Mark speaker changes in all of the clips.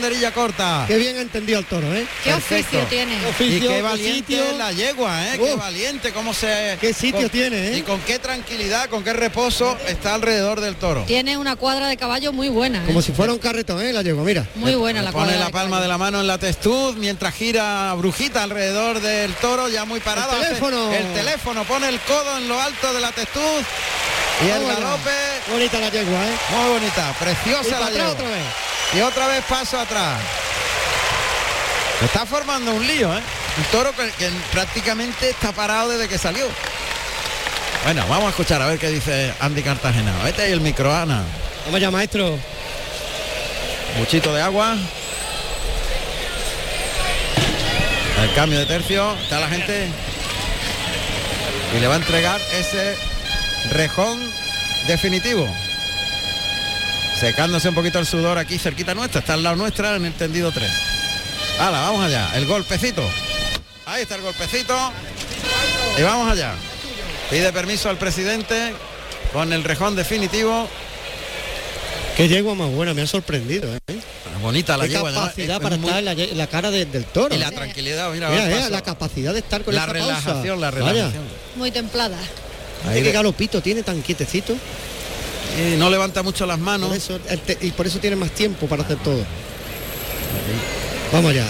Speaker 1: banderilla corta.
Speaker 2: Qué bien entendido el toro, ¿eh?
Speaker 3: ¿Qué
Speaker 1: Perfecto.
Speaker 3: oficio tiene?
Speaker 1: Y
Speaker 2: Oficio,
Speaker 1: qué
Speaker 2: qué
Speaker 1: valiente
Speaker 2: sitio.
Speaker 1: es la yegua, ¿eh? Qué
Speaker 2: Uf.
Speaker 1: valiente, cómo se...
Speaker 2: Qué sitio tiene, ¿eh?
Speaker 1: Y con qué tranquilidad, con qué reposo está alrededor del toro.
Speaker 3: Tiene una cuadra de caballo muy buena. ¿eh?
Speaker 2: Como si fuera un carretón, ¿eh? La llevo, mira.
Speaker 3: Muy buena la
Speaker 1: Pone
Speaker 3: cuadra.
Speaker 1: la palma de la mano en la testud mientras gira brujita alrededor del toro, ya muy parado.
Speaker 2: El
Speaker 1: Hace-
Speaker 2: teléfono.
Speaker 1: el teléfono, pone el codo en lo alto de la testud y el
Speaker 2: Vámonos.
Speaker 1: galope.
Speaker 2: Bonita la yegua, ¿eh?
Speaker 1: Muy bonita,
Speaker 2: Y
Speaker 1: preciosa
Speaker 2: para
Speaker 1: la
Speaker 2: atrás
Speaker 1: yegua.
Speaker 2: otra vez.
Speaker 1: Y otra vez paso atrás. Está formando un lío, ¿eh? Un toro que, que prácticamente está parado desde que salió. Bueno, vamos a escuchar a ver qué dice Andy Cartagena. Vete ahí el micro, Ana.
Speaker 2: Vamos allá, maestro.
Speaker 1: Muchito de agua. El cambio de tercio. Está la gente. Y le va a entregar ese rejón definitivo. Secándose un poquito el sudor aquí cerquita nuestra. Está al lado nuestra en el tendido 3. Hala, vamos allá. El golpecito. Ahí está el golpecito. Y vamos allá. Pide permiso al presidente con el rejón definitivo.
Speaker 2: Qué yegua más buena, me ha sorprendido, ¿eh?
Speaker 1: Bonita la
Speaker 2: Qué
Speaker 1: yegua, además,
Speaker 2: capacidad
Speaker 1: es-
Speaker 2: para
Speaker 1: es muy-
Speaker 2: estar en la, ye- la cara de- del toro. eh.
Speaker 1: Y la tranquilidad, mira,
Speaker 2: Mira,
Speaker 1: va el
Speaker 2: eh,
Speaker 1: paso.
Speaker 2: la capacidad de estar con
Speaker 1: La
Speaker 2: esa pausa.
Speaker 1: relajación, la
Speaker 2: Vaya,
Speaker 1: relajación.
Speaker 3: Muy templada.
Speaker 2: mira
Speaker 1: Ahí
Speaker 2: qué
Speaker 1: de-
Speaker 2: galopito tiene tan quietecito.
Speaker 1: y no levanta mucho las manos.
Speaker 2: Por eso, el te- y por eso tiene más tiempo para hacer todo. Vamos allá.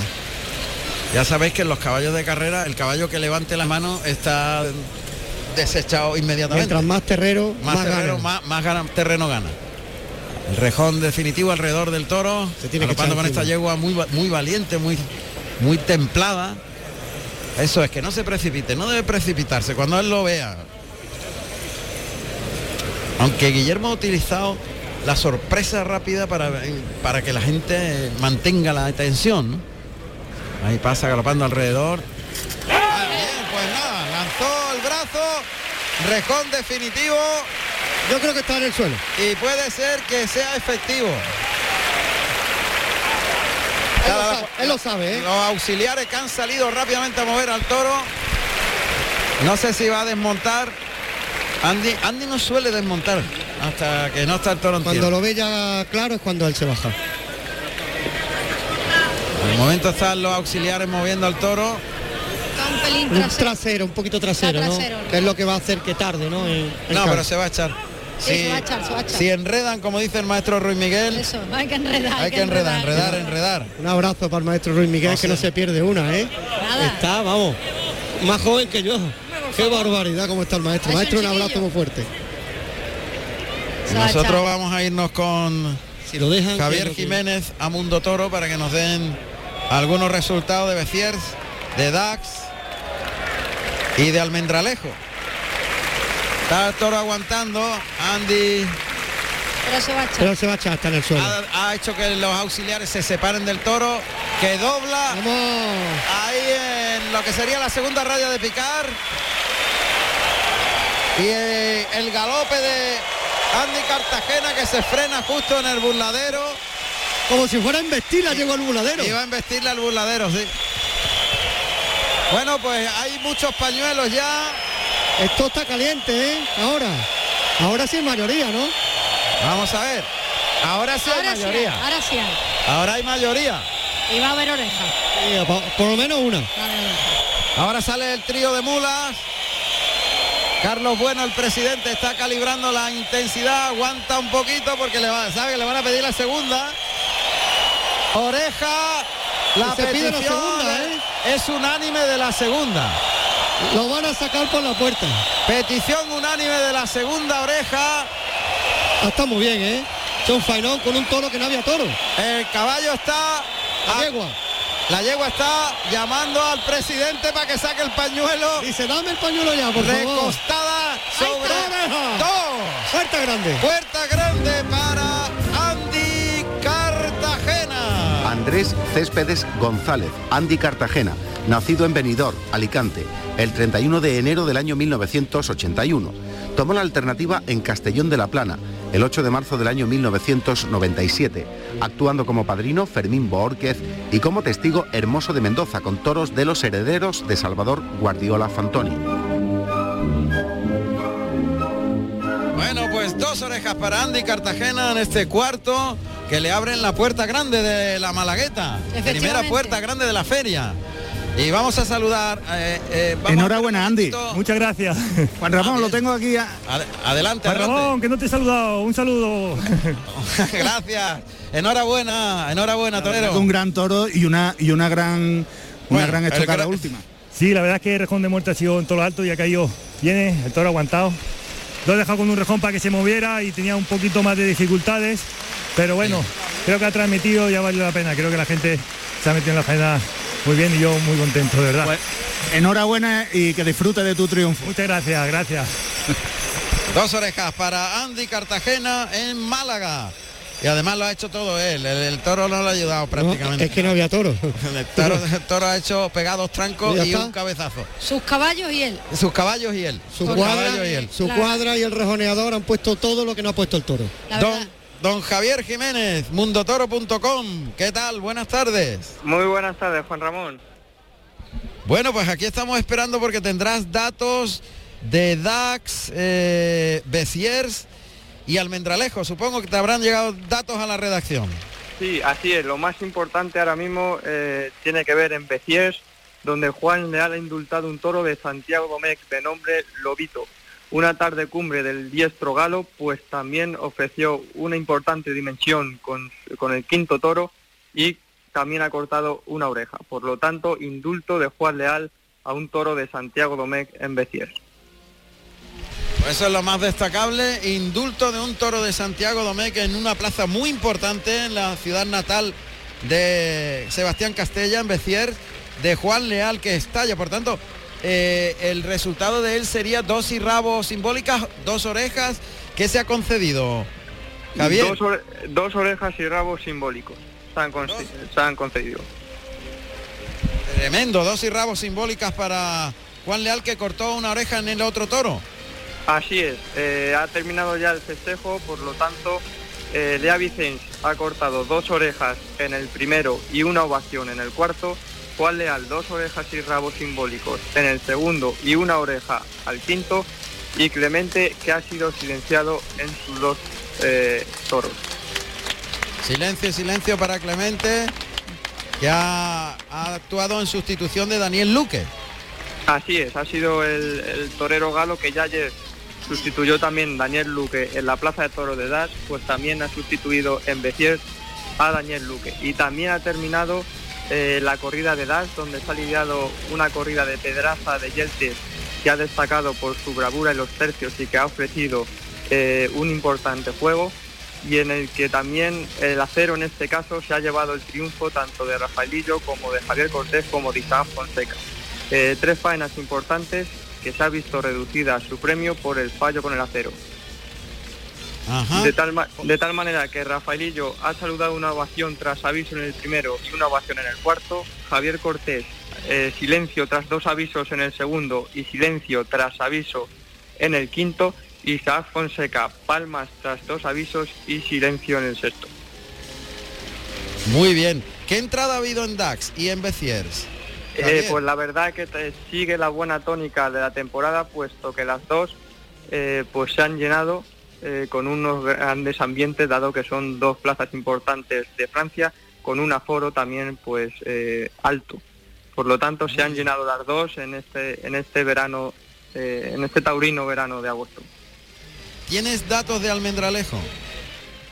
Speaker 1: Ya sabéis que en los caballos de carrera, el caballo que levante la mano está desechado inmediatamente.
Speaker 2: Mientras más terrero,
Speaker 1: más,
Speaker 2: más,
Speaker 1: terreno,
Speaker 2: ganas.
Speaker 1: más, más gana- terreno gana. El rejón definitivo alrededor del toro,
Speaker 2: Se tiene que
Speaker 1: galopando
Speaker 2: echar
Speaker 1: con esta
Speaker 2: encima.
Speaker 1: yegua muy, va- muy valiente, muy, muy templada. Eso es, que no se precipite, no debe precipitarse cuando él lo vea. Aunque Guillermo ha utilizado la sorpresa rápida para, para que la gente mantenga la atención. ¿no? Ahí pasa galopando alrededor. Ah, bien, pues nada, lanzó el brazo, rejón definitivo.
Speaker 2: Yo creo que está en el suelo.
Speaker 1: Y puede ser que sea efectivo.
Speaker 2: Él lo
Speaker 1: Cada-
Speaker 2: sabe, él lo sabe, ¿eh?
Speaker 1: Los auxiliares que han salido rápidamente a mover al toro. No sé si va a desmontar. Andy, Andy no suele desmontar hasta que no está el toro en
Speaker 2: Cuando
Speaker 1: tierra.
Speaker 2: lo ve ya claro es cuando él se baja.
Speaker 1: De momento están los auxiliares moviendo al toro.
Speaker 3: Está un pelín
Speaker 2: Un
Speaker 3: trasero.
Speaker 2: trasero, un poquito trasero, ¿no?
Speaker 3: trasero.
Speaker 2: Que es lo que va a hacer que tarde, ¿no? En- en
Speaker 1: No,
Speaker 2: campo.
Speaker 1: pero se va a echar.
Speaker 3: Sí, se va a echar, se va a echar.
Speaker 1: si enredan, como dice el maestro Ruiz Miguel,
Speaker 3: Eso, hay que enredar.
Speaker 1: hay que enredar, enredar, enredar.
Speaker 2: Un abrazo para el maestro Ruiz Miguel,
Speaker 1: No
Speaker 2: que no
Speaker 1: sé.
Speaker 2: se pierde una, ¿eh?
Speaker 3: Nada.
Speaker 2: Está, vamos, más joven que yo. Qué barbaridad cómo está el maestro.
Speaker 3: Es un
Speaker 2: Maestro, un abrazo
Speaker 3: chiquillo.
Speaker 2: muy fuerte.
Speaker 3: Se va a
Speaker 1: Nosotros
Speaker 3: echar.
Speaker 1: vamos a irnos con
Speaker 2: Si lo dejan... que
Speaker 1: Javier
Speaker 2: lo que-
Speaker 1: Jiménez a Mundo Toro para que nos den algunos resultados de Beciers, de Dax y de Almendralejo. Está el toro aguantando, Andy
Speaker 3: Pero se va a echar.
Speaker 2: Pero se va a echar hasta en el suelo.
Speaker 1: ha, ha hecho que los auxiliares se separen del toro, que dobla
Speaker 2: Vamos.
Speaker 1: ahí en lo que sería la segunda raya de picar. Y eh, el galope de Andy Cartagena que se frena justo en el burladero.
Speaker 2: Como si fuera a embestir, la llegó al buladero.
Speaker 1: Iba a investirle al burladero, sí. Bueno, pues hay muchos pañuelos ya.
Speaker 2: Esto está caliente, ¿eh? Ahora. Ahora sí es mayoría, ¿no?
Speaker 1: Vamos a ver. Ahora sí hay
Speaker 3: Ahora sí, hay,
Speaker 1: mayoría.
Speaker 3: ahora sí. hay.
Speaker 1: Ahora hay mayoría.
Speaker 3: Y va a haber oreja.
Speaker 2: Mira, po- por lo menos una.
Speaker 1: Ah,
Speaker 3: Va a haber oreja.
Speaker 1: Ahora sale el trío de mulas. Carlos Bueno, el presidente, está calibrando la intensidad. Aguanta un poquito porque le, va, sabe que le van a pedir la segunda. Oreja. La
Speaker 2: Se pide la
Speaker 1: petición
Speaker 2: segunda, ¿eh?
Speaker 1: es unánime de la segunda.
Speaker 2: Lo van a sacar por la puerta.
Speaker 1: Petición unánime de la segunda oreja.
Speaker 2: Ah, Está muy bien, ¿eh? Son fainón con un toro que no había toro.
Speaker 1: El caballo está.
Speaker 2: La yegua.
Speaker 1: La yegua está llamando al presidente para que saque el pañuelo.
Speaker 2: Dice, dame el pañuelo ya, por favor.
Speaker 1: Recostada sobre
Speaker 2: oreja.
Speaker 1: dos.
Speaker 2: Fuerza grande.
Speaker 1: Puerta grande para Andy Cartagena.
Speaker 4: Andrés Céspedes González, Andy Cartagena, nacido en Benidorm, Alicante, el 31 de enero del año 1981. Tomó la alternativa en Castellón de la Plana, el 8 de marzo del año 1997, actuando como padrino Fermín Boórquez y como testigo Hermoso de Mendoza con toros de los herederos de Salvador Guardiola Fantoni.
Speaker 1: Bueno, pues dos orejas para Andy Cartagena en este cuarto que le abren la puerta grande de la Malagueta, primera
Speaker 3: Efectivamente.
Speaker 1: puerta grande de la feria. Y vamos a saludar. eh, eh, vamos a-
Speaker 5: Enhorabuena, Andy.
Speaker 1: Ade-
Speaker 5: Muchas gracias. Juan Ramón, lo tengo aquí. a-
Speaker 1: Adelante,
Speaker 5: Juan
Speaker 1: adelante.
Speaker 5: Ramón, que no te he saludado. Un saludo.
Speaker 1: Gracias. Enhorabuena, enhorabuena, Torero.
Speaker 5: Un gran toro y una y una gran
Speaker 1: Bueno,
Speaker 5: una gran
Speaker 1: el
Speaker 5: estocada
Speaker 1: gra-
Speaker 5: última. Sí, la verdad es que el rejón de muerte ha sido en todo lo alto y ha caído. Viene el toro aguantado. Lo he dejado con un rejón para que se moviera y tenía un poquito más de dificultades. Pero bueno, creo que ha transmitido y ha valido la pena. Creo que la gente se ha metido en la faena muy bien y yo muy contento, de verdad. Pues, enhorabuena y que disfrute de tu triunfo. Muchas gracias, gracias.
Speaker 1: Dos orejas para Andy Cartagena en Málaga. Y además lo ha hecho todo él. El, el toro no lo ha ayudado prácticamente.
Speaker 2: Es que no había toro.
Speaker 1: El, toro, el toro ha hecho pegados trancos
Speaker 2: Ya
Speaker 1: y
Speaker 2: está.
Speaker 1: un cabezazo.
Speaker 3: Sus caballos y él.
Speaker 1: Sus caballos y él.
Speaker 2: Su
Speaker 1: Sus
Speaker 2: cuadra,
Speaker 1: caballos y él.
Speaker 2: su
Speaker 3: Claro.
Speaker 2: cuadra y el rejoneador han puesto todo lo que no ha puesto el toro.
Speaker 3: La verdad.
Speaker 1: Don, don Javier Jiménez, mundotoro.com. ¿Qué tal? Buenas tardes.
Speaker 6: Muy buenas tardes, Juan Ramón.
Speaker 1: Bueno, pues aquí estamos esperando porque tendrás datos de DAX, eh, Besiers y Almendralejo. Supongo que te habrán llegado datos a la redacción.
Speaker 6: Sí, así es. Lo más importante ahora mismo eh, tiene que ver en Beciers, donde Juan le ha indultado un toro de Santiago Domecq de nombre Lobito. Una tarde cumbre del diestro galo, pues también ofreció una importante dimensión con, con el quinto toro y también ha cortado una oreja. Por lo tanto, indulto de Juan Leal a un toro de Santiago Domecq en Beciers.
Speaker 1: Pues Eso es lo más destacable, indulto de un toro de Santiago Domecq en una plaza muy importante en la ciudad natal de Sebastián Castella, en Beciers, de Juan Leal, que estalla. Por tanto, eh, el resultado de él sería dos y rabos simbólicas, dos orejas que se ha concedido. Javier,
Speaker 6: Dos, ore- dos orejas y rabos simbólicos se han, conce- se han concedido.
Speaker 1: tremendo, dos y rabos simbólicas para Juan Leal que cortó una oreja en el otro toro.
Speaker 6: Así es, eh, ha terminado ya el festejo, por lo tanto, eh, Lea Vicens ha cortado dos orejas en el primero y una ovación en el cuarto, Juan Leal dos orejas y rabos simbólicos en el segundo y una oreja al quinto, y Clemente que ha sido silenciado en sus dos eh, toros.
Speaker 1: Silencio, silencio para Clemente, que ha- ha actuado en sustitución de Daniel Luque.
Speaker 6: Así es, ha sido el, el torero galo que ya ayer sustituyó también Daniel Luque en la Plaza de Toro de Das, pues también ha sustituido en Beciers a Daniel Luque. Y también ha terminado eh, la corrida de Das, donde se ha lidiado una corrida de Pedraza de Yeltes, que ha destacado por su bravura en los tercios y que ha ofrecido eh, un importante juego, y en el que también el acero en este caso se ha llevado el triunfo tanto de Rafaelillo como de Javier Cortés como de Isaac Fonseca. Eh, tres faenas importantes que se ha visto reducida su premio por el fallo con el acero.
Speaker 1: Ajá.
Speaker 6: De tal, ma- de tal manera que Rafaelillo ha saludado una ovación tras aviso en el primero y una ovación en el cuarto. Javier Cortés, eh, silencio tras dos avisos en el segundo y silencio tras aviso en el quinto. Isaac Fonseca, palmas tras dos avisos y silencio en el sexto.
Speaker 1: Muy bien. ¿Qué entrada ha habido en DAX y en Beciers?
Speaker 6: Eh,
Speaker 1: Javier.
Speaker 6: pues la verdad que te- sigue la buena tónica de la temporada, puesto que las dos eh, pues se han llenado eh, con unos grandes ambientes, dado que son dos plazas importantes de Francia, con un aforo también pues eh, alto. Por lo tanto, se han llenado las dos en este en este verano, eh, en este taurino verano de agosto.
Speaker 1: ¿Tienes datos de Almendralejo?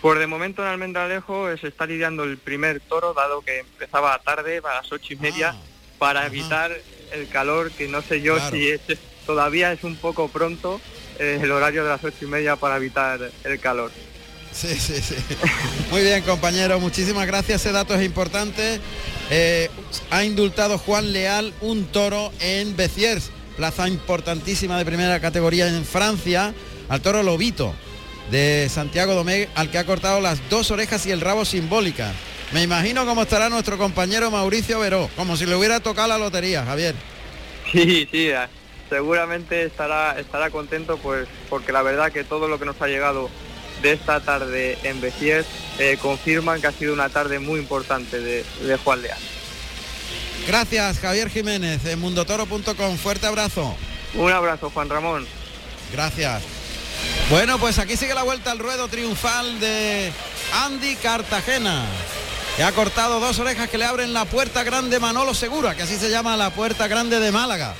Speaker 6: Por de momento en Almendralejo eh, se está lidiando el primer toro, dado que empezaba tarde, a las ocho y media, para evitar el calor, que no sé yo
Speaker 1: Claro.
Speaker 6: si es- todavía es un poco pronto eh, el horario de las ocho y media para evitar el calor.
Speaker 1: Sí, sí, sí. Muy bien, compañero. Muchísimas gracias. Ese dato es importante. Eh, ha indultado Juan Leal un toro en Beciers, plaza importantísima de primera categoría en Francia, al toro Lobito de Santiago Domé, al que ha cortado las dos orejas y el rabo simbólica. Me imagino cómo estará nuestro compañero Mauricio Veró, como si le hubiera tocado la lotería, Javier.
Speaker 6: Sí, sí, eh, seguramente estará, estará contento pues porque la verdad que todo lo que nos ha llegado de esta tarde en Besiers eh, confirman que ha sido una tarde muy importante de, de Juan Leal.
Speaker 1: Gracias, Javier Jiménez, en mundotoro.com. Fuerte abrazo.
Speaker 6: Un abrazo, Juan Ramón.
Speaker 1: Gracias. Bueno, pues aquí sigue la vuelta al ruedo triunfal de Andy Cartagena. Que ha cortado dos orejas que le abren la puerta grande Manolo Segura, que así se llama la puerta grande de Málaga.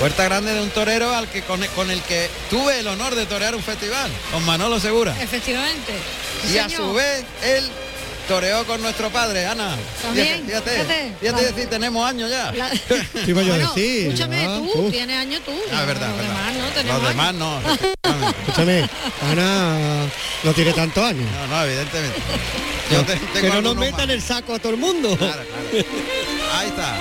Speaker 1: Puerta grande de un torero al que con, el, con el que tuve el honor de torear un festival, con Manolo Segura.
Speaker 3: Efectivamente.
Speaker 1: y
Speaker 3: Sí,
Speaker 1: a
Speaker 3: señor.
Speaker 1: su vez él toreó con nuestro padre, Ana.
Speaker 3: También,
Speaker 1: Fíjate,
Speaker 3: fíjate.
Speaker 1: fíjate, fíjate si tenemos años ya.
Speaker 3: La-
Speaker 2: ¿Qué iba yo a
Speaker 3: Bueno,
Speaker 2: decir?
Speaker 3: escúchame
Speaker 2: Ah,
Speaker 3: tú,
Speaker 2: uf.
Speaker 3: tienes años tú.
Speaker 1: Ah, es verdad,
Speaker 3: Los
Speaker 1: es
Speaker 3: demás no
Speaker 1: verdad.
Speaker 3: tenemos
Speaker 1: Los demás
Speaker 3: años.
Speaker 1: no. efectivamente.
Speaker 2: Escúchame, Ana no tiene tantos años.
Speaker 1: No, no, evidentemente. Yo te- tengo
Speaker 2: que no nos
Speaker 1: algunos
Speaker 2: metan
Speaker 1: más.
Speaker 2: el saco a todo el mundo.
Speaker 1: Claro, claro. Ahí está.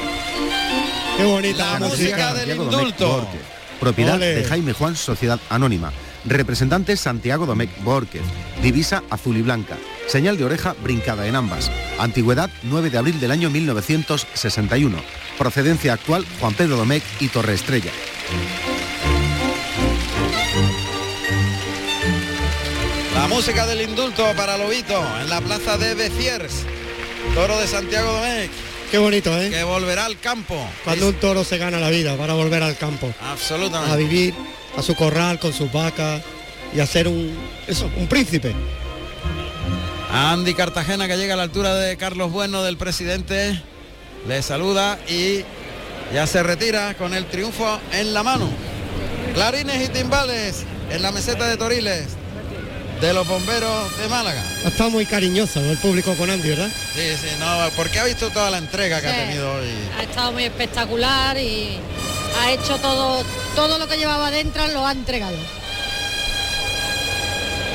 Speaker 2: Qué bonita
Speaker 1: La
Speaker 2: la
Speaker 1: música
Speaker 2: música.
Speaker 1: del
Speaker 4: Santiago Domecq
Speaker 1: indulto.
Speaker 4: Borquez, propiedad
Speaker 2: Ole.
Speaker 4: de Jaime Juan Sociedad Anónima. Representante Santiago Domecq Borquez. Divisa azul y blanca. Señal de oreja brincada en ambas. Antigüedad 9 de abril del año 1961. Procedencia actual Juan Pedro Domecq y Torre Estrella.
Speaker 1: La música del indulto para Lobito en la plaza de Beciers. Toro de Santiago Domecq,
Speaker 2: Qué bonito, ¿eh?
Speaker 1: que volverá al campo.
Speaker 2: Cuando
Speaker 1: Es-
Speaker 2: un toro se gana la vida para volver al campo, a
Speaker 1: Absolutamente.
Speaker 2: vivir, a su corral con sus vacas y a ser un, eso, un príncipe.
Speaker 1: Andy Cartagena que llega a la altura de Carlos Bueno del presidente. Le saluda y ya se retira con el triunfo en la mano. Clarines y timbales en la meseta de Toriles de los bomberos de Málaga.
Speaker 2: Ha estado muy cariñoso el público con Andy, ¿verdad?
Speaker 1: Sí, sí, no, porque ha visto toda la entrega que
Speaker 3: Sí.
Speaker 1: ha tenido hoy.
Speaker 3: Ha estado muy espectacular y ha hecho todo, todo lo que llevaba dentro lo ha entregado.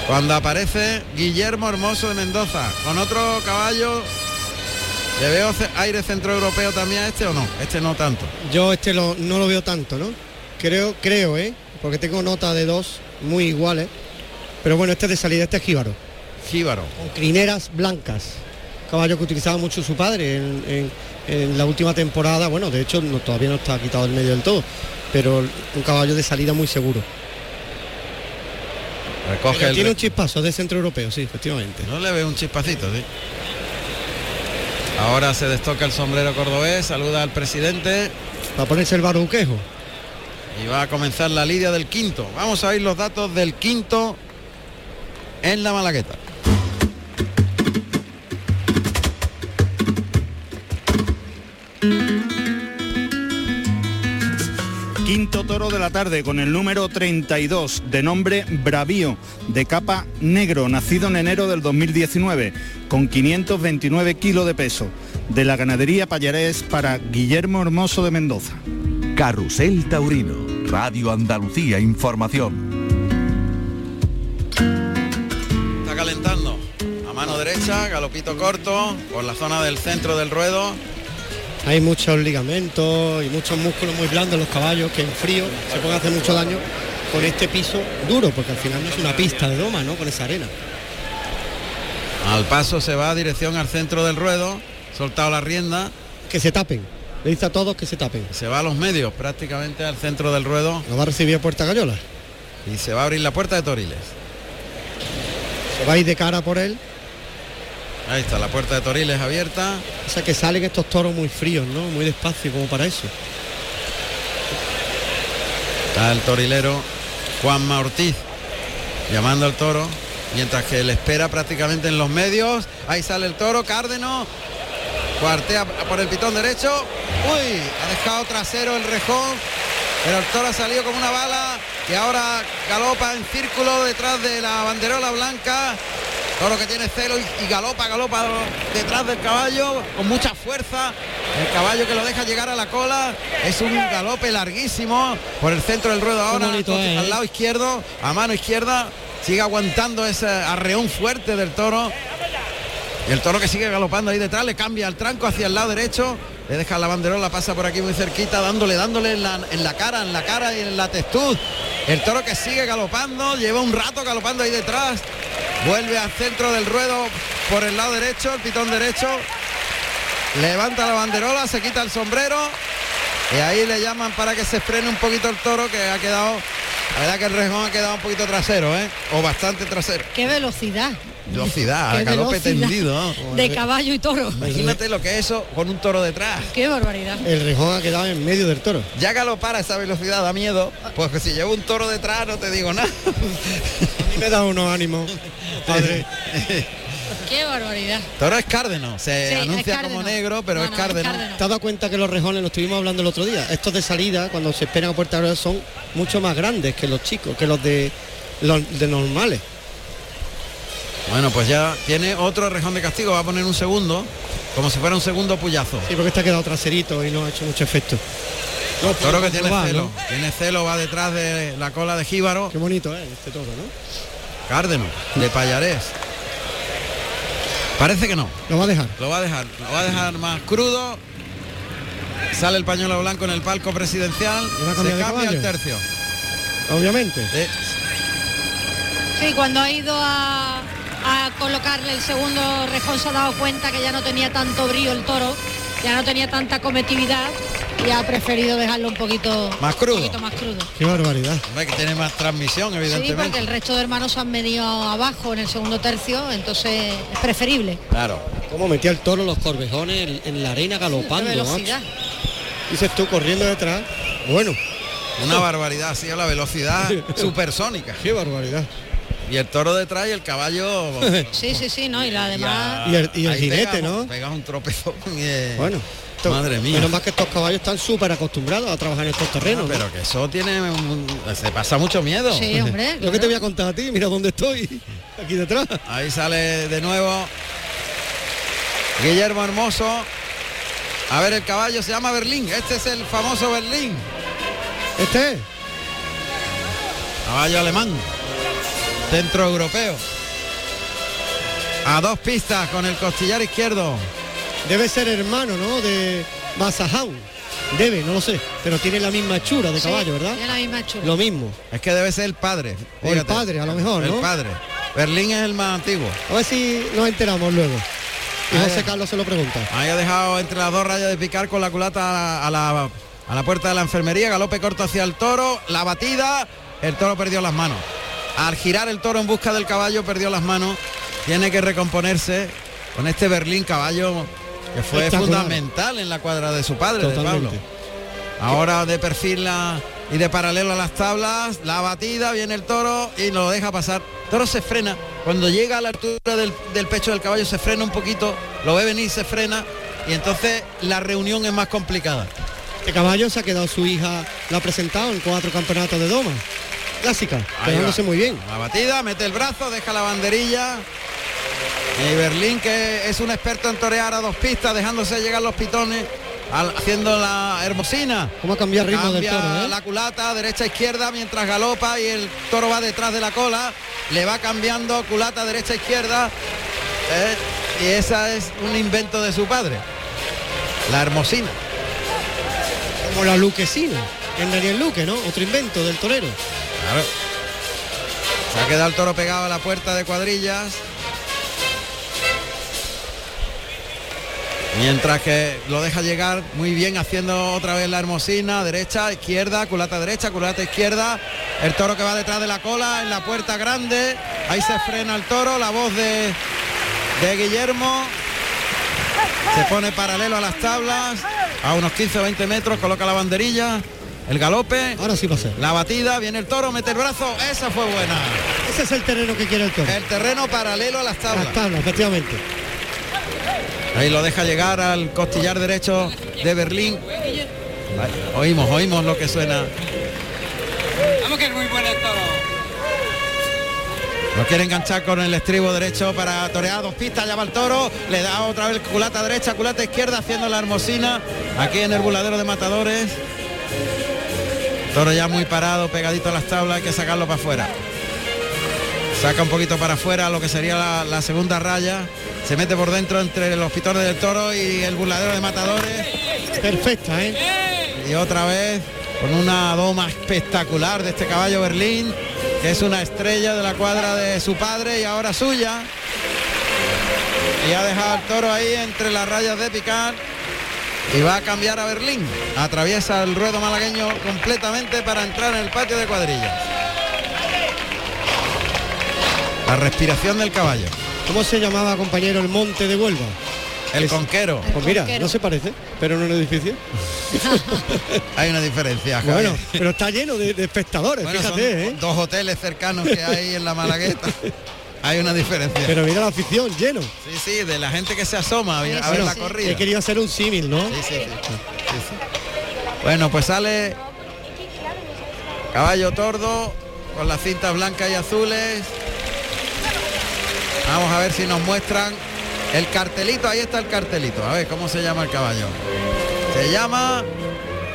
Speaker 1: Cuando aparece Guillermo Hermoso de Mendoza con otro caballo, le veo ce- aire centroeuropeo también a este o no, este no tanto.
Speaker 2: Yo este lo- no lo veo tanto, ¿no? Creo, creo, ¿eh? Porque tengo nota de dos muy iguales. Pero bueno, este es de salida, este es jíbaro.
Speaker 1: Jíbaro.
Speaker 2: Con crineras blancas. Caballo que utilizaba mucho su padre en, en- en la última temporada. Bueno, de hecho no, todavía no está quitado del medio del todo. Pero un caballo de salida muy seguro.
Speaker 1: Recoge
Speaker 2: Pero
Speaker 1: el
Speaker 2: tiene
Speaker 1: re-
Speaker 2: un chispazo es de centro europeo, sí, efectivamente.
Speaker 1: No le veo un chispacito, sí. Ahora se destoca el sombrero cordobés, saluda al presidente
Speaker 2: Va a ponerse el baruquejo.
Speaker 1: y va a comenzar la lidia del quinto. Vamos a oír los datos del quinto en la Malagueta.
Speaker 7: Quinto toro de la tarde con el número 32, de nombre Bravío, de capa negro, nacido en enero del 2019, con 529 kilos de peso, de la ganadería Payarés para Guillermo Hermoso de Mendoza.
Speaker 8: Carrusel Taurino, Radio Andalucía Información.
Speaker 1: Está calentando. A mano derecha, galopito corto, por la zona del centro del ruedo.
Speaker 2: Hay muchos ligamentos y muchos músculos muy blandos en los caballos que en frío se pueden hacer mucho daño con este piso duro, porque al final no es una pista de doma, ¿no? Con esa arena.
Speaker 1: Al paso se va dirección al centro del ruedo, soltado la rienda,
Speaker 2: Que se tapen. Le dice a todos que se tapen.
Speaker 1: se va a los medios prácticamente al centro del ruedo
Speaker 2: Lo va a recibir a Puerta Gallola.
Speaker 1: y se va a abrir la puerta de Toriles.
Speaker 2: Se va a ir de cara por él.
Speaker 1: Ahí está, la puerta de Toriles abierta.
Speaker 2: O sea que salen estos toros muy fríos, ¿no? Muy despacio, como para eso.
Speaker 1: Está el torilero Juanma Ortiz llamando al toro, mientras que le espera prácticamente en los medios. Ahí sale el toro, Cárdeno, cuartea por el pitón derecho. Uy, ha dejado trasero el rejón, pero el toro ha salido como una bala que ahora galopa en círculo detrás de la banderola blanca. Toro que tiene celo y, y galopa, galopa detrás del caballo con mucha fuerza. El caballo que lo deja llegar a la cola. Es un galope larguísimo por el centro del ruedo ahora
Speaker 2: bonito
Speaker 1: con-
Speaker 2: es,
Speaker 1: al
Speaker 2: ¿eh?
Speaker 1: lado izquierdo, a mano izquierda. Sigue aguantando ese arreón fuerte del toro. Y el toro que sigue galopando ahí detrás le cambia el tranco hacia el lado derecho. Le deja la banderola, pasa por aquí muy cerquita, dándole, dándole en la, en la cara, en la cara y en la testud. El toro que sigue galopando, lleva un rato galopando ahí detrás. Vuelve al centro del ruedo por el lado derecho, el pitón derecho. Levanta la banderola, se quita el sombrero. Y ahí le llaman para que se frene un poquito el toro que ha quedado. La verdad que el rejón ha quedado un poquito trasero, ¿eh? O bastante trasero.
Speaker 3: ¡Qué velocidad!
Speaker 1: velocidad,
Speaker 3: Qué
Speaker 1: a galope
Speaker 3: velocidad
Speaker 1: tendido. ¿no?
Speaker 3: De caballo y toro.
Speaker 1: Imagínate lo que es eso con un toro detrás.
Speaker 3: Qué barbaridad.
Speaker 2: El rejón ha quedado en medio del toro.
Speaker 1: Ya galopar a esa velocidad da miedo, pues que si llevo un toro detrás no te digo nada.
Speaker 2: A mí me da unos ánimos. Padre,
Speaker 3: Qué barbaridad.
Speaker 1: Toro es cárdeno, se
Speaker 3: Sí, es
Speaker 1: anuncia como
Speaker 3: cárdeno.
Speaker 1: negro, pero
Speaker 3: No,
Speaker 1: es
Speaker 3: no,
Speaker 1: cárdeno.
Speaker 2: ¿te has dado cuenta que los rejones, lo estuvimos hablando el otro día, estos de salida, cuando se esperan a puerta abierta, son mucho más grandes que los chicos, que los de, los de normales.
Speaker 1: Bueno, pues ya tiene otro rejón de castigo, va a poner un segundo, como si fuera un segundo puyazo.
Speaker 2: Sí, porque este ha quedado traserito y no ha hecho mucho efecto. No,
Speaker 1: Toro que
Speaker 2: pues,
Speaker 1: tiene
Speaker 2: va,
Speaker 1: celo,
Speaker 2: ¿no?
Speaker 1: tiene celo, va detrás de la cola de jíbaro,
Speaker 2: Qué bonito es este toro, ¿no?
Speaker 1: cárdeno, de payarés. Parece que no,
Speaker 2: Lo va a dejar.
Speaker 1: lo va a dejar, lo va a dejar más crudo. Sale el pañuelo blanco en el palco presidencial,
Speaker 2: ¿Y va a cambiar
Speaker 1: se
Speaker 2: de
Speaker 1: cambia el
Speaker 2: caballo?
Speaker 1: tercio.
Speaker 2: Obviamente.
Speaker 1: Eh,
Speaker 3: Sí, cuando ha ido a, a colocarle el segundo rejón se ha dado cuenta que ya no tenía tanto brío el toro, ya no tenía tanta cometividad y ha preferido dejarlo un poquito
Speaker 1: Más crudo.
Speaker 3: Un poquito más crudo.
Speaker 2: Qué barbaridad.
Speaker 1: hombre, que tiene más transmisión,
Speaker 3: Sí,
Speaker 1: evidentemente.
Speaker 3: porque el resto de hermanos han venido abajo en el segundo tercio, entonces es preferible.
Speaker 1: Claro.
Speaker 2: Cómo metía el toro los corvejones en, en la arena galopando.
Speaker 3: La velocidad.
Speaker 2: macho. Dices tú corriendo detrás. Bueno,
Speaker 1: Una barbaridad, sí, a la velocidad supersónica.
Speaker 2: qué barbaridad.
Speaker 1: Y el toro detrás y el caballo.
Speaker 3: Sí, sí, sí, no, y la demás.
Speaker 2: Y el- y el
Speaker 1: ahí
Speaker 2: jinete,
Speaker 1: pegas-
Speaker 2: ¿no?
Speaker 1: Pegas un tropezón. y, eh,
Speaker 2: Bueno. esto-
Speaker 1: Madre mía.
Speaker 2: Menos más que estos caballos están súper acostumbrados a trabajar en estos terrenos.
Speaker 1: ah,
Speaker 2: ¿no?
Speaker 1: pero que eso tiene. un- se pasa mucho miedo.
Speaker 3: Sí, hombre.
Speaker 2: Lo que
Speaker 3: claro.
Speaker 2: te voy a contar a ti, mira dónde estoy. Aquí detrás.
Speaker 1: Ahí sale de nuevo Guillermo Hermoso. A ver, el caballo se llama Berlín. Este es el famoso Berlín.
Speaker 2: Este es.
Speaker 1: Caballo alemán. Centro europeo. A dos pistas con el costillar izquierdo.
Speaker 2: Debe ser hermano, ¿no? De Masahau. Debe, no lo sé. Pero tiene la misma hechura de
Speaker 3: Sí,
Speaker 2: caballo, ¿verdad?
Speaker 3: tiene la misma chula.
Speaker 2: Lo mismo.
Speaker 1: Es que debe ser el padre.
Speaker 2: O el padre, a lo mejor,
Speaker 1: El
Speaker 2: ¿no?
Speaker 1: padre. Berlín es el más antiguo.
Speaker 2: A ver si nos enteramos luego. Y
Speaker 1: Ah,
Speaker 2: José
Speaker 1: ya.
Speaker 2: Carlos se lo pregunta.
Speaker 1: Ahí ha dejado entre las dos rayas de picar con la culata a la, a la- a la puerta de la enfermería. Galope corto hacia el toro. La batida. El toro perdió las manos. Al girar el toro en busca del caballo perdió las manos. Tiene que recomponerse con este Berlín caballo que fue
Speaker 2: Espectacular.
Speaker 1: fundamental en la cuadra de su padre, de Pablo.
Speaker 2: Totalmente.
Speaker 1: Ahora de perfil la- y de paralelo a las tablas, la batida, viene el toro y no lo deja pasar. El toro se frena, cuando llega a la altura del, del pecho del caballo se frena un poquito, lo ve venir, se frena y entonces la reunión es más complicada.
Speaker 2: Este caballo se ha quedado su hija, la ha presentado en cuatro campeonatos de doma. Clásica,
Speaker 1: Ahí
Speaker 2: pegándose
Speaker 1: va.
Speaker 2: muy bien.
Speaker 1: La batida, mete el brazo, deja la banderilla. Y Berlín, que es un experto en torear a dos pistas, dejándose llegar los pitones, al- haciendo la hermosina.
Speaker 2: ¿Cómo ha cambiado el ritmo
Speaker 1: Cambia
Speaker 2: del toro? eh?
Speaker 1: la culata derecha izquierda mientras galopa y el toro va detrás de la cola. Le va cambiando culata derecha izquierda. eh, y esa es un invento de su padre. La hermosina.
Speaker 2: Como la luquesina, en Daniel Luque, ¿no? Otro invento del torero.
Speaker 1: Se ha quedado el toro pegado a la puerta de cuadrillas. Mientras que lo deja llegar muy bien haciendo otra vez la hermosina, derecha, izquierda, culata derecha, culata izquierda. El toro que va detrás de la cola en la puerta grande. Ahí se frena el toro, la voz de, de Guillermo. Se pone paralelo a las tablas, a unos 15 o 20 metros, coloca la banderilla, el galope.
Speaker 2: Ahora sí va a ser.
Speaker 1: La batida, viene el toro, mete el brazo, esa fue buena.
Speaker 2: Ese es el terreno que quiere el toro.
Speaker 1: El terreno paralelo a las
Speaker 2: Las
Speaker 1: tablas.
Speaker 2: tablas, efectivamente.
Speaker 1: Ahí lo deja llegar al costillar derecho de Berlín. Ahí, Oímos, oímos lo que suena.
Speaker 9: Vamos que es muy bueno el toro.
Speaker 1: Lo quiere enganchar con el estribo derecho para torear dos pistas, ya va el toro, le da otra vez culata derecha, culata izquierda, haciendo la hermosina aquí en el buladero de matadores. Toro ya muy parado, pegadito a las tablas, hay que sacarlo para afuera. Saca un poquito para afuera lo que sería la, la segunda raya. Se mete por dentro entre los pitones del toro y el burladero de matadores.
Speaker 2: Perfecta, ¿eh?
Speaker 1: Y otra vez con una doma espectacular de este caballo Berlín, que es una estrella de la cuadra de su padre y ahora suya. Y ha dejado el toro ahí entre las rayas de picar. Y va a cambiar a Berlín. Atraviesa el ruedo malagueño completamente para entrar en el patio de cuadrillas. La respiración del caballo.
Speaker 2: ¿Cómo se llamaba, compañero, el monte de Huelva?
Speaker 1: El
Speaker 2: Es-
Speaker 1: conquero.
Speaker 2: Pues mira,
Speaker 3: Conquero.
Speaker 2: no se parece, pero no es difícil.
Speaker 1: Hay una diferencia. Javier.
Speaker 2: Bueno, pero está lleno de, de espectadores,
Speaker 1: Bueno, son
Speaker 2: fíjate, ¿eh?
Speaker 1: dos hoteles cercanos que hay en la Malagueta. Hay una diferencia.
Speaker 2: Pero mira la afición, lleno.
Speaker 1: Sí, sí, de la gente que se asoma a, ver- a ver
Speaker 2: Bueno,
Speaker 1: la corrida.
Speaker 2: He querido hacer un símil, ¿no?
Speaker 1: Sí, sí, sí, sí, sí. Bueno, pues sale caballo tordo con las cintas blancas y azules. Vamos a ver si nos muestran el cartelito. Ahí está el cartelito. A ver cómo se llama el caballo. Se llama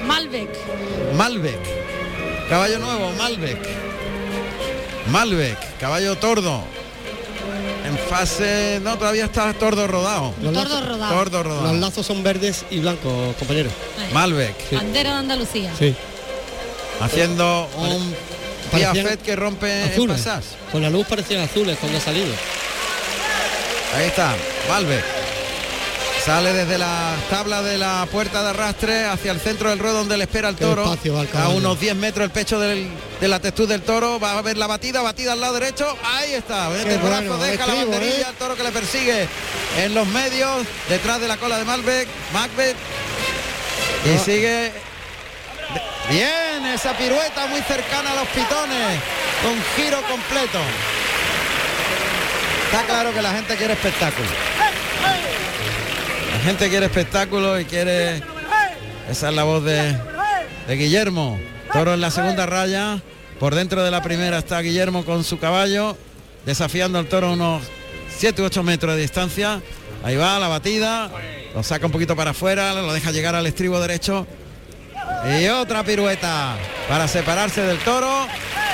Speaker 3: Malbec.
Speaker 1: Malbec. Caballo nuevo, Malbec. Malbec, caballo tordo. En fase... No, todavía está tordo rodado.
Speaker 2: Los
Speaker 3: Tordo
Speaker 2: lazos-
Speaker 3: rodado.
Speaker 1: Tordo
Speaker 2: Los
Speaker 1: rodado.
Speaker 2: lazos son verdes y blancos, compañero.
Speaker 3: Ahí.
Speaker 1: Malbec.
Speaker 3: Bandera de Andalucía.
Speaker 2: Sí.
Speaker 1: haciendo un
Speaker 2: Parecían
Speaker 1: piafet que rompe el
Speaker 2: Azules.
Speaker 1: pasás.
Speaker 2: Con la luz parecían azules cuando ha salido.
Speaker 1: Ahí está, Valve. Sale desde la tabla de la puerta de arrastre hacia el centro del ruedo donde le espera el
Speaker 2: Qué
Speaker 1: toro.
Speaker 2: despacio va el
Speaker 1: a
Speaker 2: caballo.
Speaker 1: unos 10 metros el pecho del- de la textura del toro. Va a ver la batida, batida al lado derecho. Ahí está. Mete el brazo,
Speaker 2: bueno,
Speaker 1: deja la
Speaker 2: estribo,
Speaker 1: banderilla,
Speaker 2: ¿eh?
Speaker 1: el toro que le persigue en los medios, detrás de la cola de Malbec, Macbeth.
Speaker 2: Ah.
Speaker 1: Y sigue Bien, esa pirueta muy cercana a los pitones, con giro completo. Está claro que la gente quiere espectáculo. La gente quiere espectáculo y quiere... Esa es la voz de, de Guillermo. Toro en la segunda raya. Por dentro de la primera está Guillermo con su caballo, desafiando al toro a unos 7 u 8 metros de distancia. Ahí va la batida. Lo saca un poquito para afuera, lo deja llegar al estribo derecho. Y otra pirueta para separarse del toro.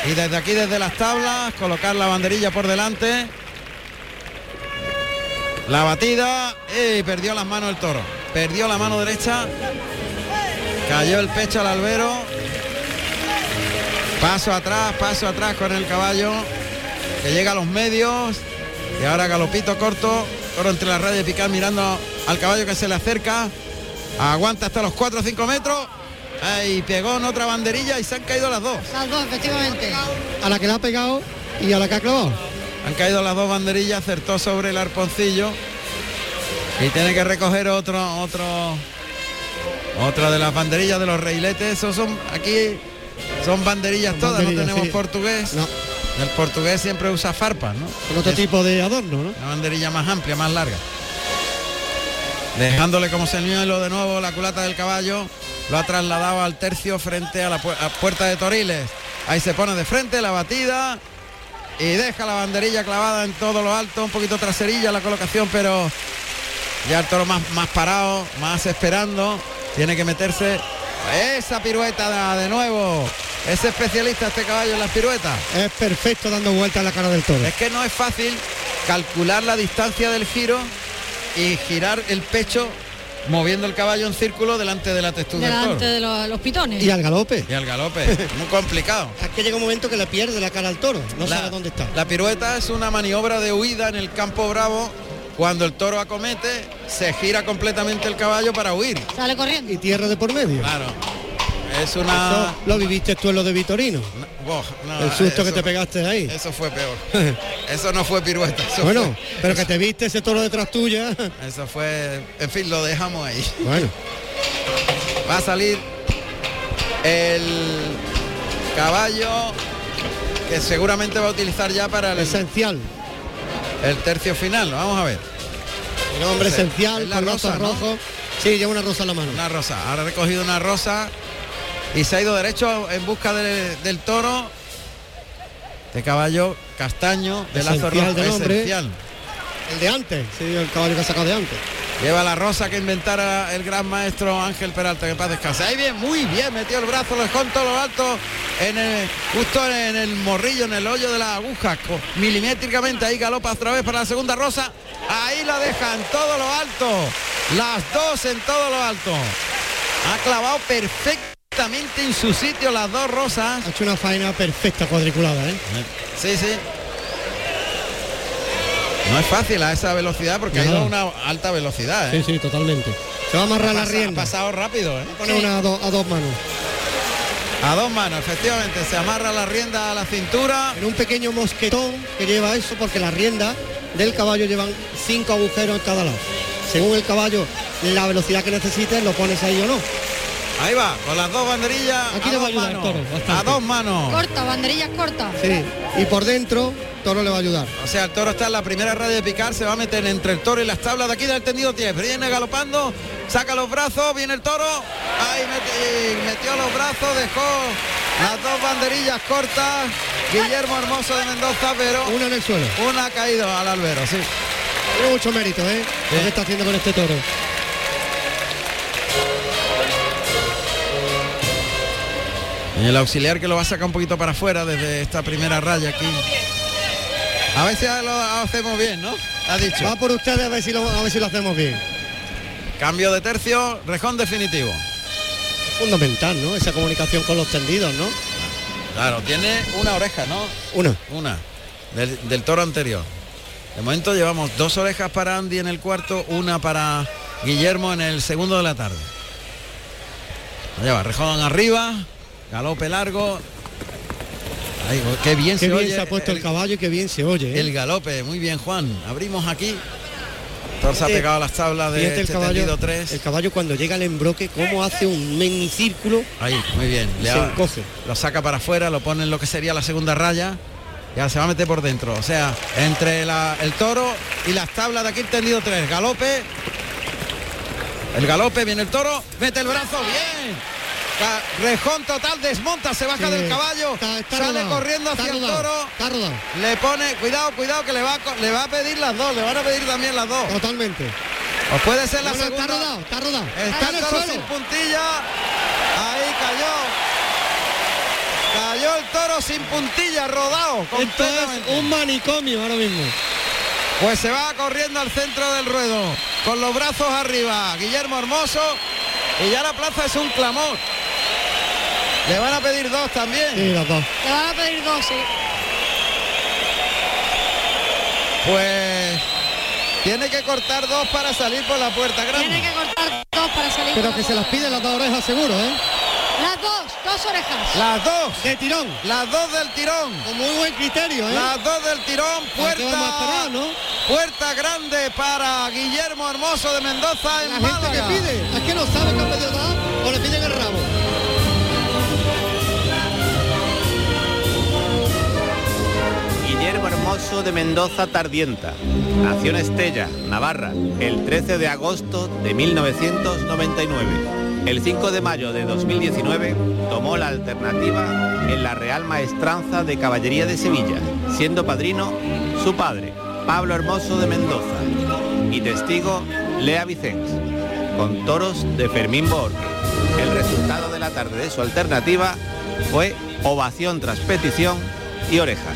Speaker 1: Y desde aquí, desde las tablas, colocar la banderilla por delante. La batida y perdió las manos el toro. Perdió la mano derecha. Cayó el pecho al albero. Paso atrás, paso atrás con el caballo. Que llega a los medios. Y ahora galopito corto. Toro entre la raya y picar mirando al caballo que se le acerca. Aguanta hasta los 4 o 5 metros. Ahí pegó en otra banderilla y se han caído las dos.
Speaker 3: Las dos, efectivamente.
Speaker 2: A la que le ha pegado y a la que ha clavado.
Speaker 1: Han caído las dos banderillas, acertó sobre el arponcillo. Y tiene que recoger otro, otro, otra de las banderillas de los reiletes. Esos son aquí, son banderillas
Speaker 2: Son
Speaker 1: todas,
Speaker 2: banderillas,
Speaker 1: no tenemos
Speaker 2: sí.
Speaker 1: portugués.
Speaker 2: No,
Speaker 1: El portugués siempre usa farpas, ¿no?
Speaker 2: con otro
Speaker 1: Es
Speaker 2: tipo de adorno, ¿no?
Speaker 1: Una banderilla más amplia, más larga. Dejándole como señuelo de nuevo la culata del caballo, lo ha trasladado al tercio frente a la pu- a puerta de Toriles. Ahí se pone de frente la batida y deja la banderilla clavada en todo lo alto, un poquito traserilla la colocación, pero ya el toro más, más parado, más esperando, tiene que meterse. Esa pirueta de, de nuevo. Es especialista este caballo en las piruetas.
Speaker 2: Es perfecto dando vueltas a la cara del toro.
Speaker 1: Es que no es fácil calcular la distancia del giro y girar el pecho moviendo el caballo en círculo delante de la textura
Speaker 3: Delante
Speaker 1: del
Speaker 3: de los, los pitones.
Speaker 2: Y al galope.
Speaker 1: toro. Y al galope, muy complicado.
Speaker 2: Es que llega un momento que le pierde la cara al toro. No sabe dónde está.
Speaker 1: la pirueta es una maniobra de huida en el campo bravo. Cuando el toro acomete, se gira completamente el caballo para huir.
Speaker 3: Sale corriendo.
Speaker 2: Y tierra de por medio.
Speaker 1: Claro. Es una...
Speaker 2: Eso lo viviste tú en lo de Vitorino.
Speaker 1: No, boh, no,
Speaker 2: el susto que
Speaker 1: eso-
Speaker 2: te pegaste ahí.
Speaker 1: Eso fue peor. Eso no fue pirueta. eso
Speaker 2: bueno,
Speaker 1: fue- Eh.
Speaker 2: pero que te viste ese toro detrás tuya.
Speaker 1: Eso fue... En fin, lo dejamos ahí.
Speaker 2: Bueno,
Speaker 1: Va a salir el caballo que seguramente va a utilizar ya para el,
Speaker 2: esencial.
Speaker 1: el tercio final. Vamos a ver.
Speaker 2: El hombre
Speaker 1: Sí.
Speaker 2: esencial,
Speaker 1: Es la
Speaker 2: con lazos
Speaker 1: rosa, ¿no?
Speaker 2: rojos. Sí, lleva una rosa en la mano.
Speaker 1: Una rosa. Ahora ha recogido una rosa y se ha ido derecho en busca de- del toro. De caballo castaño de lazo
Speaker 2: Esencial
Speaker 1: rojo.
Speaker 2: del hombre.
Speaker 1: Esencial.
Speaker 2: El de antes, sí, el caballo que ha sacado de antes.
Speaker 1: Lleva la rosa que inventara el gran maestro Ángel Peralta, que en paz descanse. Ahí bien, muy bien, metió el brazo, lo dejó en todo lo alto, en el, justo en el morrillo, en el hoyo de la aguja, co- milimétricamente ahí galopa otra vez para la segunda rosa. Ahí la deja en todo lo alto, las dos en todo lo alto. Ha clavado perfectamente en su sitio las dos rosas.
Speaker 2: Ha hecho una faena perfecta cuadriculada, ¿eh?
Speaker 1: Sí, sí. No es fácil a esa velocidad porque ha ido a
Speaker 2: No.
Speaker 1: una alta velocidad. ¿eh?
Speaker 2: Sí, sí, totalmente. Se va a amarrar la
Speaker 1: Pasa- ha
Speaker 2: rienda.
Speaker 1: pasado rápido, ¿eh?
Speaker 2: Pone una a, dos- a dos manos.
Speaker 1: A dos manos, efectivamente, se amarra la rienda a la cintura.
Speaker 2: En un pequeño mosquetón que lleva eso porque la rienda del caballo llevan cinco agujeros en cada lado. Según el caballo, la velocidad que necesites, lo pones ahí o no.
Speaker 1: Ahí va, con las dos banderillas.
Speaker 2: Aquí
Speaker 1: a
Speaker 2: le
Speaker 1: dos
Speaker 2: va a ayudar
Speaker 1: manos,
Speaker 2: Toro,
Speaker 1: A
Speaker 2: bastante.
Speaker 1: dos manos.
Speaker 3: Corta, banderillas cortas.
Speaker 2: Sí. Y por dentro, Toro le va a ayudar.
Speaker 1: O sea, el toro está en la primera raya de picar, se va a meter entre el toro y las tablas de aquí del tendido 10. Viene galopando, saca los brazos, viene el toro. Ahí mete- y metió los brazos, dejó las dos banderillas cortas. Guillermo Hermoso de Mendoza, pero
Speaker 2: Uno en el suelo.
Speaker 1: una ha caído al albero, sí.
Speaker 2: Tiene mucho mérito, ¿eh? Lo
Speaker 1: Sí.
Speaker 2: que está haciendo con este toro.
Speaker 1: El auxiliar que lo va a sacar un poquito para afuera desde esta primera raya aquí. A ver si lo hacemos bien, ¿no? Ha dicho.
Speaker 2: Va por ustedes a ver si lo, a ver si lo hacemos bien.
Speaker 1: Cambio de tercio, rejón definitivo.
Speaker 2: Fundamental, ¿no? Esa comunicación con los tendidos, ¿no?
Speaker 1: Claro, tiene una oreja, ¿no?
Speaker 2: Una.
Speaker 1: Una. Del, del toro anterior. De momento llevamos dos orejas para Andy en el cuarto, una para Guillermo en el segundo de la tarde. Allá va, rejón arriba, galope largo. Ay, qué bien se
Speaker 2: Qué bien
Speaker 1: oye
Speaker 2: se ha puesto el, caballo y qué bien se oye. ¿eh?
Speaker 1: El galope, muy bien Juan. Abrimos aquí. Toro se ha
Speaker 2: Fíjate-
Speaker 1: pegado a las tablas de
Speaker 2: Eh, Fíjate
Speaker 1: este
Speaker 2: el caballo,
Speaker 1: tendido 3.
Speaker 2: el caballo cuando llega al embroque, cómo hace un minicírculo.
Speaker 1: Ahí, muy bien.
Speaker 2: Se
Speaker 1: ha-
Speaker 2: encoge.
Speaker 1: Lo saca para afuera, lo pone en lo que sería la segunda raya. Y ahora se va a meter por dentro. O sea, entre la- el toro y las tablas de aquí el tendido 3. Galope. El galope, viene el toro, mete el brazo, bien. Ca- Rejón total, desmonta, se baja
Speaker 2: Sí.
Speaker 1: del caballo,
Speaker 2: Está- está
Speaker 1: sale
Speaker 2: rodado,
Speaker 1: corriendo
Speaker 2: está
Speaker 1: hacia el
Speaker 2: rodado,
Speaker 1: toro,
Speaker 2: Está rodado,
Speaker 1: le pone, cuidado, cuidado, que le va, a co- le va a pedir las dos, le van a pedir también las dos.
Speaker 2: totalmente.
Speaker 1: O puede ser la
Speaker 2: No, no, está
Speaker 1: segunda.
Speaker 2: rodado, está rodado.
Speaker 1: Está el toro sin puntilla. Ahí cayó. Cayó el toro sin puntilla, rodado.
Speaker 2: Esto es
Speaker 1: completamente.
Speaker 2: un manicomio ahora mismo.
Speaker 1: Pues se va corriendo al centro del ruedo. Con los brazos arriba. Guillermo Hermoso. Y ya la plaza es un clamor. Le van a pedir dos también.
Speaker 2: Sí, las dos.
Speaker 3: Le van a pedir dos, sí.
Speaker 1: Pues tiene que cortar dos para salir por la puerta
Speaker 3: Tiene
Speaker 1: grande.
Speaker 3: que cortar dos para salir.
Speaker 2: Pero
Speaker 3: con
Speaker 2: que
Speaker 3: la
Speaker 2: se las
Speaker 3: bola.
Speaker 2: pide las dos orejas seguro, ¿eh?
Speaker 3: Las dos, dos orejas.
Speaker 1: Las dos.
Speaker 2: De tirón.
Speaker 1: Las dos del tirón.
Speaker 2: Con muy buen criterio, ¿eh?
Speaker 1: Las dos del tirón.
Speaker 2: ¿A qué vamos a
Speaker 1: Puerta.
Speaker 2: esperar, no?
Speaker 1: Puerta grande para Guillermo Hermoso de Mendoza en
Speaker 2: La gente que
Speaker 1: Málaga.
Speaker 2: pide, es que no sabe qué pedido da o le piden el rabo.
Speaker 10: Guillermo Hermoso de Mendoza Tardienta. Nació en Estella, Navarra, el 13 de agosto de 1999. El 5 de mayo de 2019 tomó la alternativa en la Real Maestranza de Caballería de Sevilla, siendo padrino su padre, Pablo Hermoso de Mendoza, y testigo Lea Vicens, con toros de Fermín Borges. El resultado de la tarde de su alternativa fue ovación tras petición y orejas.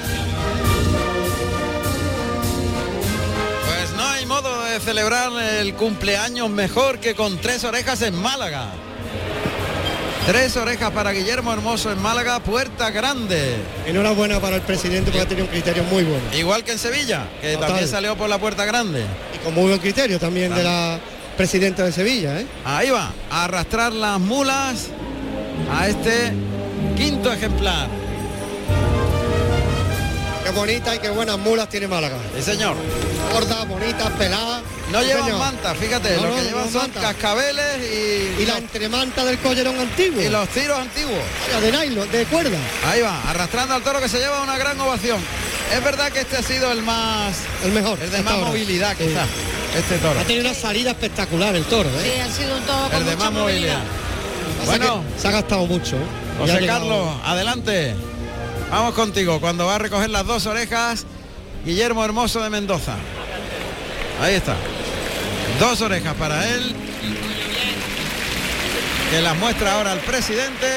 Speaker 1: Pues no hay modo de celebrar el cumpleaños mejor que con tres orejas en Málaga. Tres orejas para Guillermo Hermoso en Málaga, puerta grande.
Speaker 2: Enhorabuena para el presidente porque ha tenido un criterio muy bueno.
Speaker 1: Igual que en Sevilla, que
Speaker 2: Total.
Speaker 1: también salió por la puerta grande.
Speaker 2: Y con muy buen criterio también de la presidenta de Sevilla, ¿eh?
Speaker 1: Ahí va, a arrastrar las mulas a este quinto ejemplar.
Speaker 2: Qué bonita y qué buenas mulas tiene Málaga.
Speaker 1: Sí, señor.
Speaker 2: Gordas, bonitas, peladas.
Speaker 1: No
Speaker 2: Sí,
Speaker 1: llevan
Speaker 2: señor.
Speaker 1: manta, fíjate,
Speaker 2: No,
Speaker 1: lo
Speaker 2: no,
Speaker 1: que
Speaker 2: no
Speaker 1: llevan
Speaker 2: llevan
Speaker 1: son
Speaker 2: manta.
Speaker 1: cascabeles y,
Speaker 2: Y la entremanta del collerón antiguo.
Speaker 1: y los tiros antiguos.
Speaker 2: Vaya, de nylon, de cuerda.
Speaker 1: Ahí va, arrastrando al toro que se lleva una gran ovación. Es verdad que este ha sido el más,
Speaker 2: El mejor.
Speaker 1: el de
Speaker 2: hasta
Speaker 1: más
Speaker 2: ahora.
Speaker 1: movilidad
Speaker 2: Sí.
Speaker 1: quizás, este toro.
Speaker 2: Ha tenido una salida espectacular el toro,
Speaker 3: Sí,
Speaker 2: ¿eh?
Speaker 3: ha sido un todo con
Speaker 1: El de
Speaker 3: mucha
Speaker 1: más movilidad.
Speaker 2: Pasa
Speaker 1: Bueno,
Speaker 2: que se ha gastado mucho. ¿eh? Y ha
Speaker 1: José
Speaker 2: llegado-
Speaker 1: Carlos, adelante. Vamos contigo, cuando va a recoger las dos orejas, Guillermo Hermoso de Mendoza. Ahí está. Dos orejas para él. Que las muestra ahora el presidente.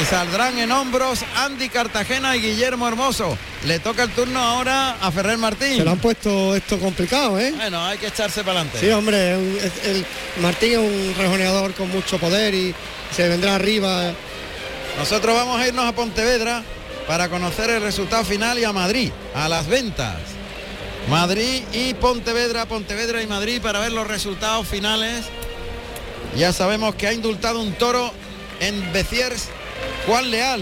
Speaker 1: Y saldrán en hombros Andy Cartagena y Guillermo Hermoso. Le toca el turno ahora a Ferrer Martín.
Speaker 2: Se lo han puesto esto complicado, ¿eh?
Speaker 1: Bueno, hay que echarse para adelante.
Speaker 2: Sí, hombre, es un- es- el Martín es un rejoneador con mucho poder y se vendrá arriba.
Speaker 1: Nosotros vamos a irnos a Pontevedra para conocer el resultado final y a Madrid, a las ventas. Madrid y Pontevedra, Pontevedra y Madrid para ver los resultados finales. Ya sabemos que ha indultado un toro en Beciers, Juan Leal,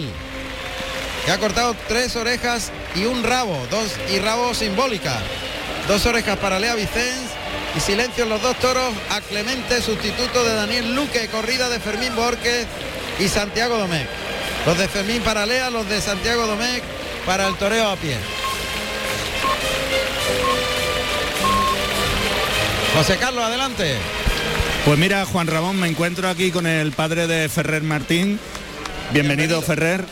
Speaker 1: que ha cortado tres orejas y un rabo, dos y rabo simbólica. Dos orejas para Lea Vicens y silencio en los dos toros a Clemente, sustituto de Daniel Luque, corrida de Fermín Borges y Santiago Domecq. Los de Fermín para Lea, los de Santiago Domecq para el toreo a pie. José Carlos, adelante.
Speaker 7: Pues mira, Juan Ramón, me encuentro aquí con el padre de Ferrer Martín. Bienvenido, Ferrer.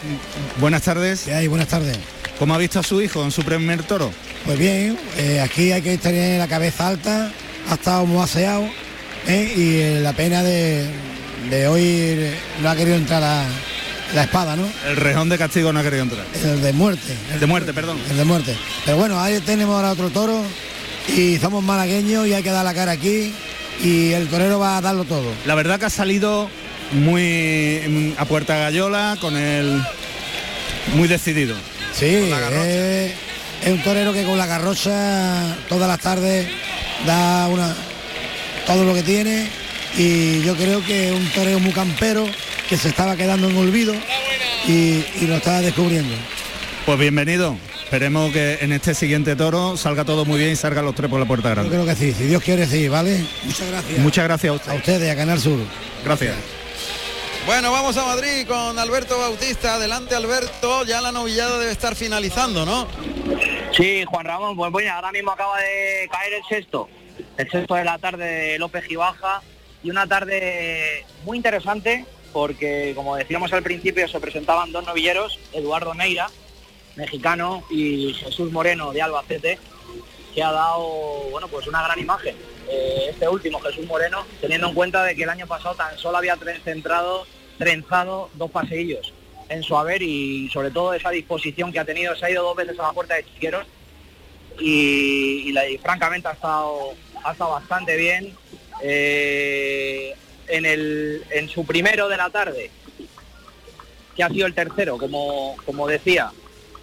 Speaker 7: Buenas tardes.
Speaker 11: ¿Qué hay? Buenas tardes.
Speaker 7: ¿Cómo ha visto a su hijo en su primer toro?
Speaker 11: Pues bien, eh, aquí hay que tener la cabeza alta, ha estado muy aseado ¿eh? y eh, la pena de, de hoy eh, no ha querido entrar la, la espada, ¿no?
Speaker 7: El rejón de castigo no ha querido entrar.
Speaker 11: El de muerte,
Speaker 7: El de muerte, perdón.
Speaker 11: el de muerte. Pero bueno, ahí tenemos ahora otro toro y somos malagueños y hay que dar la cara aquí y el torero va a darlo todo.
Speaker 7: La verdad que ha salido muy mm, a puerta gallola, con el muy decidido.
Speaker 11: Sí, es, es un torero que con la garrocha todas las tardes da una todo lo que tiene y yo creo que es un torero muy campero que se estaba quedando en olvido y, y lo está descubriendo.
Speaker 7: Pues bienvenido. Esperemos que en este siguiente toro salga todo muy bien y salgan los tres por la puerta
Speaker 11: Yo
Speaker 7: grande.
Speaker 11: creo que sí, si Dios quiere sí, ¿vale? Muchas gracias.
Speaker 7: Muchas gracias a usted.
Speaker 11: a ustedes, a Canal Sur.
Speaker 7: Gracias.
Speaker 1: Bueno, vamos a Madrid con Alberto Bautista. Adelante Alberto, ya la novillada debe estar finalizando, ¿no?
Speaker 12: Sí, Juan Ramón, pues bueno, ahora mismo acaba de caer el sexto, el sexto de la tarde de López Gibaja y una tarde muy interesante porque, como decíamos al principio, se presentaban dos novilleros, Eduardo Neira, mexicano, y Jesús Moreno de Albacete, que ha dado, bueno, pues una gran imagen. Eh, este último, Jesús Moreno, teniendo en cuenta de que el año pasado tan solo había tres centrado, trenzado dos paseillos en su haber y sobre todo esa disposición que ha tenido, se ha ido dos veces a la puerta de Chiqueros y, y la- y francamente ha estado, ha estado bastante bien. Eh, en, el, en su primero de la tarde, que ha sido el tercero, como, como decía,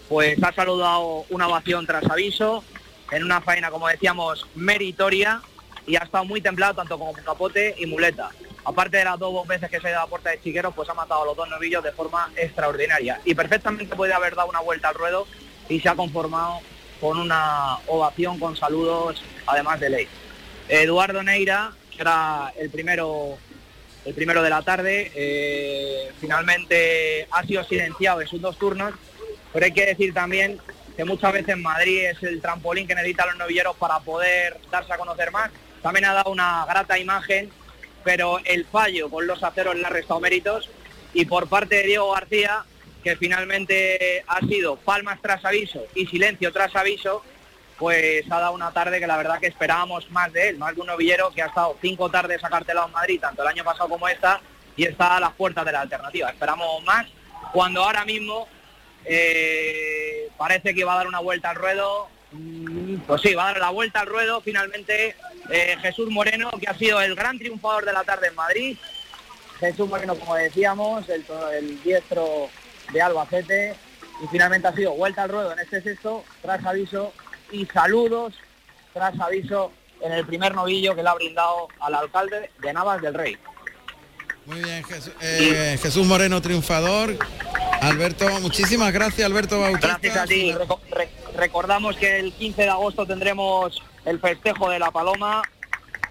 Speaker 12: pues ha saludado una ovación tras aviso, en una faena, como decíamos, meritoria, y ha estado muy templado tanto como capote y muleta. Aparte de las dos veces que se ha ido a la puerta de Chiqueros, pues ha matado a los dos novillos de forma extraordinaria. Y perfectamente puede haber dado una vuelta al ruedo y se ha conformado con una ovación, con saludos, además de ley. Eduardo Neira, que era el primero el primero de la tarde. eh, finalmente ha sido silenciado en sus dos turnos, pero hay que decir también que muchas veces Madrid es el trampolín que necesitan los novilleros para poder darse a conocer más. También ha dado una grata imagen, pero el fallo con los aceros le ha restado méritos. Y por parte de Diego García, que finalmente ha sido palmas tras aviso y silencio tras aviso, pues ha dado una tarde que la verdad que esperábamos más de él, más de un novillero que ha estado cinco tardes acartelado en Madrid, tanto el año pasado como esta, y está a las puertas de la alternativa. Esperamos más, cuando ahora mismo eh, parece que va a dar una vuelta al ruedo, Mm, pues sí, va a dar la vuelta al ruedo finalmente eh, Jesús Moreno, que ha sido el gran triunfador de la tarde en Madrid, Jesús Moreno, como decíamos, el, to- el diestro de Albacete. Y finalmente ha sido vuelta al ruedo en este sexto, tras aviso y saludos, tras aviso en el primer novillo que le ha brindado al alcalde de Navas del Rey.
Speaker 1: Muy bien, Jesús, eh, Jesús Moreno triunfador. Alberto, muchísimas gracias Alberto Bautista.
Speaker 12: Gracias a ti. Reco- re- recordamos que el 15 de agosto tendremos el festejo de la Paloma,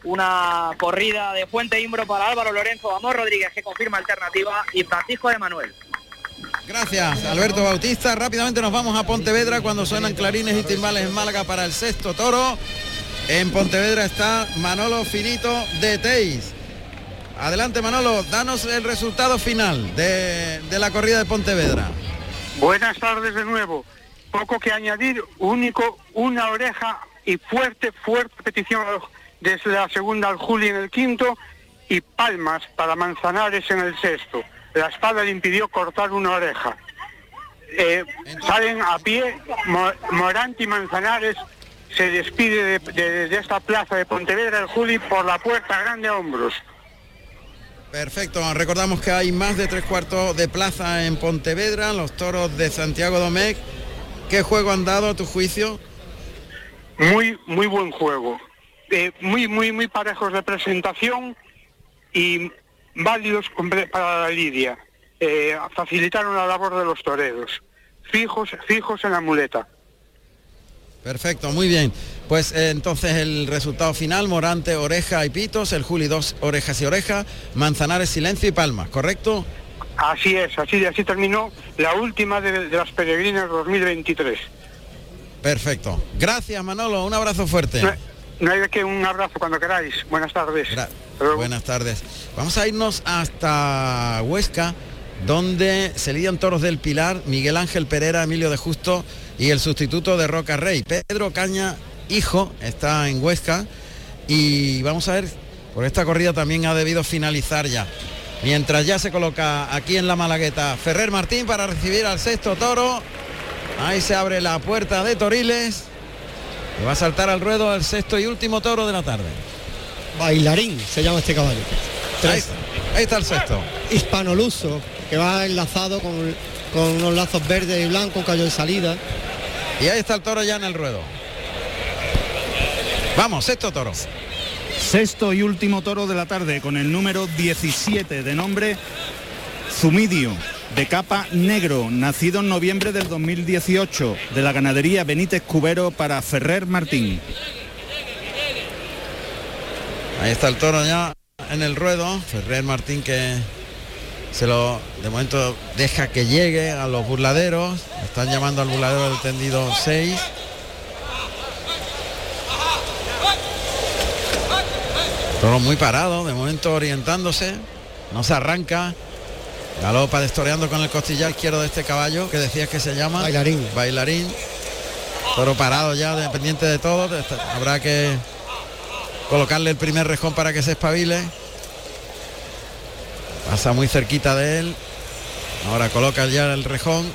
Speaker 12: una corrida de Fuente Imbro para Álvaro Lorenzo Amor Rodríguez, que confirma alternativa, y Francisco de Manuel.
Speaker 1: Gracias, Alberto Bautista. Rápidamente nos vamos a Pontevedra cuando suenan clarines y timbales en Málaga para el sexto toro. En Pontevedra está Manolo Finito de Teis. Adelante Manolo, danos el resultado final de, de la corrida de Pontevedra.
Speaker 13: Buenas tardes de nuevo. Poco que añadir, único, una oreja y fuerte, fuerte petición al- desde la segunda al Juli en el quinto y palmas para Manzanares en el sexto. La espada le impidió cortar una oreja. Eh, salen a pie, Mo- Morante y Manzanares se despide de, de- de esta plaza de Pontevedra el Juli por la puerta grande a hombros.
Speaker 1: Perfecto, recordamos que hay más de tres cuartos de plaza en Pontevedra, los toros de Santiago Domecq. ¿Qué juego han dado a tu juicio?
Speaker 13: Muy, muy buen juego. Eh, muy, muy, muy parejos de presentación y válidos comple- para la lidia. Eh, facilitaron la labor de los toreros. Fijos, fijos en la muleta.
Speaker 1: Perfecto, muy bien. Pues eh, entonces el resultado final, Morante, Oreja y Pitos, el Juli 2, Orejas y Orejas, Manzanares, Silencio y Palmas, ¿correcto?
Speaker 13: Así es, así, así terminó la última de, de las peregrinas 2023.
Speaker 1: Perfecto. Gracias Manolo, un abrazo fuerte.
Speaker 13: No, no hay de qué, un abrazo cuando queráis. Buenas tardes. Hasta luego.
Speaker 1: Buenas tardes. Vamos a irnos hasta Huesca, donde se lidian toros del Pilar, Miguel Ángel Pereira, Emilio de Justo y el sustituto de Roca Rey. Pedro Caña, hijo, está en Huesca y vamos a ver, por esta corrida también ha debido finalizar ya. Mientras ya se coloca aquí en la Malagueta Ferrer Martín para recibir al sexto toro. Ahí se abre la puerta de Toriles. Y va a saltar al ruedo el sexto y último toro de la tarde.
Speaker 2: Bailarín se llama este caballo.
Speaker 1: Ahí está, ahí está el sexto.
Speaker 2: Hispanoluso, que va enlazado con, con unos lazos verdes y blancos, un caballo de salida.
Speaker 1: Y ahí está el toro ya en el ruedo. Vamos, sexto toro.
Speaker 7: Sexto y último toro de la tarde con el número 17 de nombre Zumidio, de capa negro, nacido en noviembre del 2018, de la ganadería Benítez Cubero para Ferrer Martín.
Speaker 1: Ahí está el toro ya en el ruedo. Ferrer Martín que se lo de momento deja que llegue a los burladeros. Están llamando al burladero del tendido 6. Toro muy parado, de momento orientándose. No se arranca. Galopa destoreando con el costillar izquierdo de este caballo que decías que se llama.
Speaker 2: Bailarín.
Speaker 1: Bailarín. Toro parado ya, dependiente de todo. Habrá que colocarle el primer rejón para que se espabile. Pasa muy cerquita de él. Ahora coloca ya el rejón.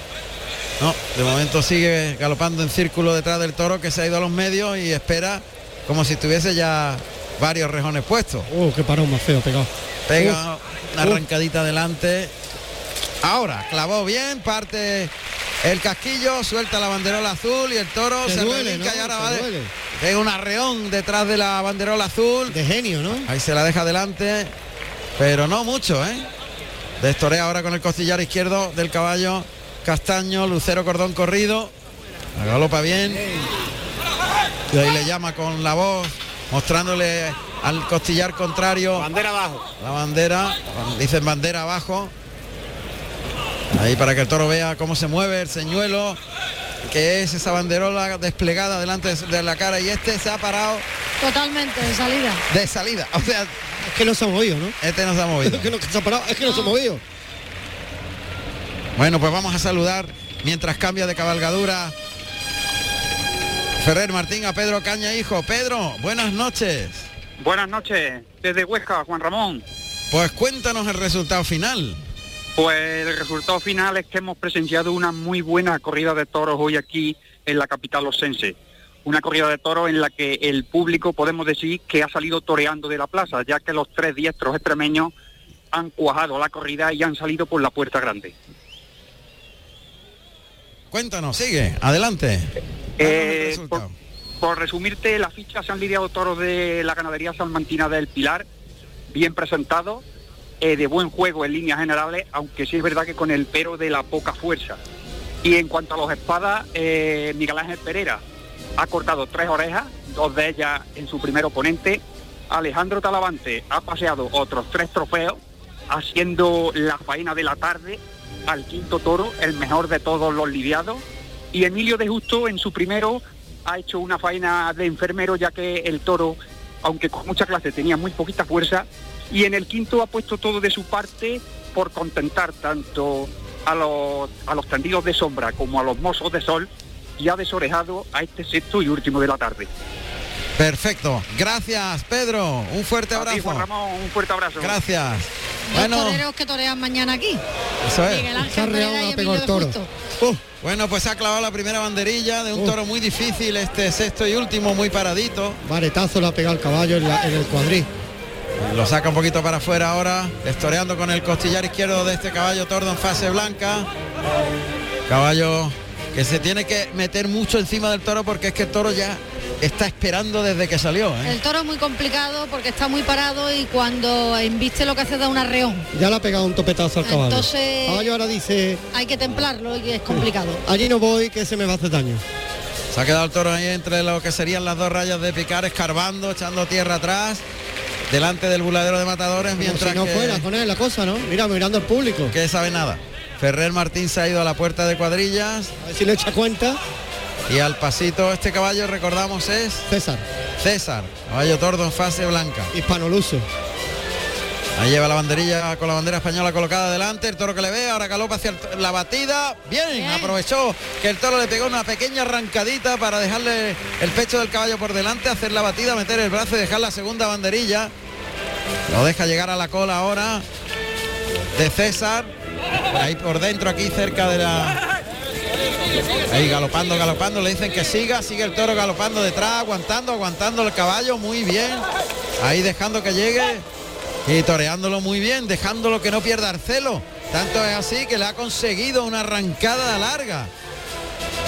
Speaker 1: No, de momento sigue galopando en círculo detrás del toro que se ha ido a los medios y espera como si tuviese ya varios rejones puestos.
Speaker 2: Oh, qué parón más feo pegado.
Speaker 1: Pega una arrancadita adelante. Ahora, clavó bien, parte el casquillo, suelta la banderola azul y el toro
Speaker 2: Te
Speaker 1: se
Speaker 2: duele,
Speaker 1: relinca
Speaker 2: ¿no?
Speaker 1: y ahora
Speaker 2: Te
Speaker 1: va de-
Speaker 2: duele.
Speaker 1: pega un arreón detrás de la banderola azul.
Speaker 2: De genio, ¿no?
Speaker 1: Ahí se la deja adelante, pero no mucho, ¿eh? Destorea ahora con el costillar izquierdo del caballo Castaño, Lucero Cordón corrido. La galopa bien. Y ahí le llama con la voz, mostrándole al costillar contrario.
Speaker 10: Bandera abajo.
Speaker 1: La bandera, dicen bandera abajo. Ahí para que el toro vea cómo se mueve el señuelo, que es esa banderola desplegada delante de su- de la cara y este se ha parado
Speaker 3: Totalmente, de salida.
Speaker 1: de salida. O sea,
Speaker 2: Es que no se ha movido, ¿no?
Speaker 1: este no se ha movido.
Speaker 2: Es que no se ha parado, es que no se ha movido.
Speaker 1: Bueno, pues vamos a saludar mientras cambia de cabalgadura Ferrer Martín a Pedro Caña Hijo. Pedro, buenas noches.
Speaker 13: Buenas noches, desde Huesca, Juan Ramón.
Speaker 1: Pues cuéntanos el resultado final.
Speaker 13: Pues el resultado final es que hemos presenciado una muy buena corrida de toros hoy aquí en la capital osense. Una corrida de toros en la que el público podemos decir que ha salido toreando de la plaza, ya que los tres diestros extremeños han cuajado la corrida y han salido por la puerta grande.
Speaker 1: Cuéntanos, sigue, adelante.
Speaker 13: Eh, por, por resumirte, la ficha se han lidiado toros de la ganadería salmantina del Pilar, bien presentados, eh, de buen juego en líneas generales, aunque sí es verdad que con el pero de la poca fuerza. Y en cuanto a los espadas, eh, Miguel Ángel Pereira ha cortado tres orejas, dos de ellas en su primer oponente. Alejandro Talavante ha paseado otros tres trofeos, haciendo la faena de la tarde al quinto toro, el mejor de todos los lidiados. Y Emilio de Justo en su primero ha hecho una faena de enfermero, ya que el toro, aunque con mucha clase, tenía muy poquita fuerza. Y en el quinto ha puesto todo de su parte por contentar tanto a los, a los tendidos de sombra como a los mozos de sol y ha desorejado a este sexto y último de la tarde.
Speaker 1: Perfecto. Gracias, Pedro. Un fuerte
Speaker 13: A ti,
Speaker 1: abrazo.
Speaker 13: Juan Ramón, un fuerte abrazo.
Speaker 1: Gracias.
Speaker 3: Los
Speaker 1: Bueno,
Speaker 3: toreros que torean mañana aquí.
Speaker 1: eso es.
Speaker 3: Miguel Ángel Pereira y Emilio de Justo.
Speaker 1: Uh, bueno, pues ha clavado la primera banderilla de un toro muy difícil, este sexto y último, muy paradito.
Speaker 2: Varetazo le ha pegado el caballo en, la- en el cuadril.
Speaker 1: Lo saca un poquito para afuera ahora, estoreando con el costillar izquierdo de este caballo tordo en fase blanca. Caballo que se tiene que meter mucho encima del toro porque es que el toro ya está esperando desde que salió. ¿eh?
Speaker 3: El toro es muy complicado porque está muy parado y cuando embiste lo que hace da un arreón.
Speaker 2: Ya le ha pegado un topetazo al caballo.
Speaker 3: Entonces-
Speaker 2: caballo ahora dice,
Speaker 3: Hay que templarlo y es complicado.
Speaker 2: allí no voy que se me va a hacer daño.
Speaker 1: Se ha quedado el toro ahí entre lo que serían las dos rayas de picar, escarbando, echando tierra atrás, delante del buladero de matadores,
Speaker 2: Como
Speaker 1: mientras
Speaker 2: si no
Speaker 1: que...
Speaker 2: fuera con él la cosa, ¿no? Mira, mirando al público.
Speaker 1: Que sabe nada. Ferrer Martín se ha ido a la puerta de cuadrillas.
Speaker 2: A ver si le echa cuenta.
Speaker 1: Y al pasito este caballo, recordamos, es...
Speaker 2: César.
Speaker 1: César, caballo tordo en fase blanca.
Speaker 2: Hispanoluso.
Speaker 1: Ahí lleva la banderilla con la bandera española colocada delante, el toro que le ve, ahora galopa hacia el t- la batida. Bien, aprovechó que el toro le pegó una pequeña arrancadita para dejarle el pecho del caballo por delante, hacer la batida, meter el brazo y dejar la segunda banderilla. Lo deja llegar a la cola ahora de César. Ahí por dentro, aquí cerca de la... Ahí galopando, galopando, le dicen que siga, sigue el toro galopando detrás, aguantando, aguantando el caballo, muy bien. Ahí dejando que llegue y toreándolo muy bien, dejándolo que no pierda Arcelo. Tanto es así que le ha conseguido una arrancada larga.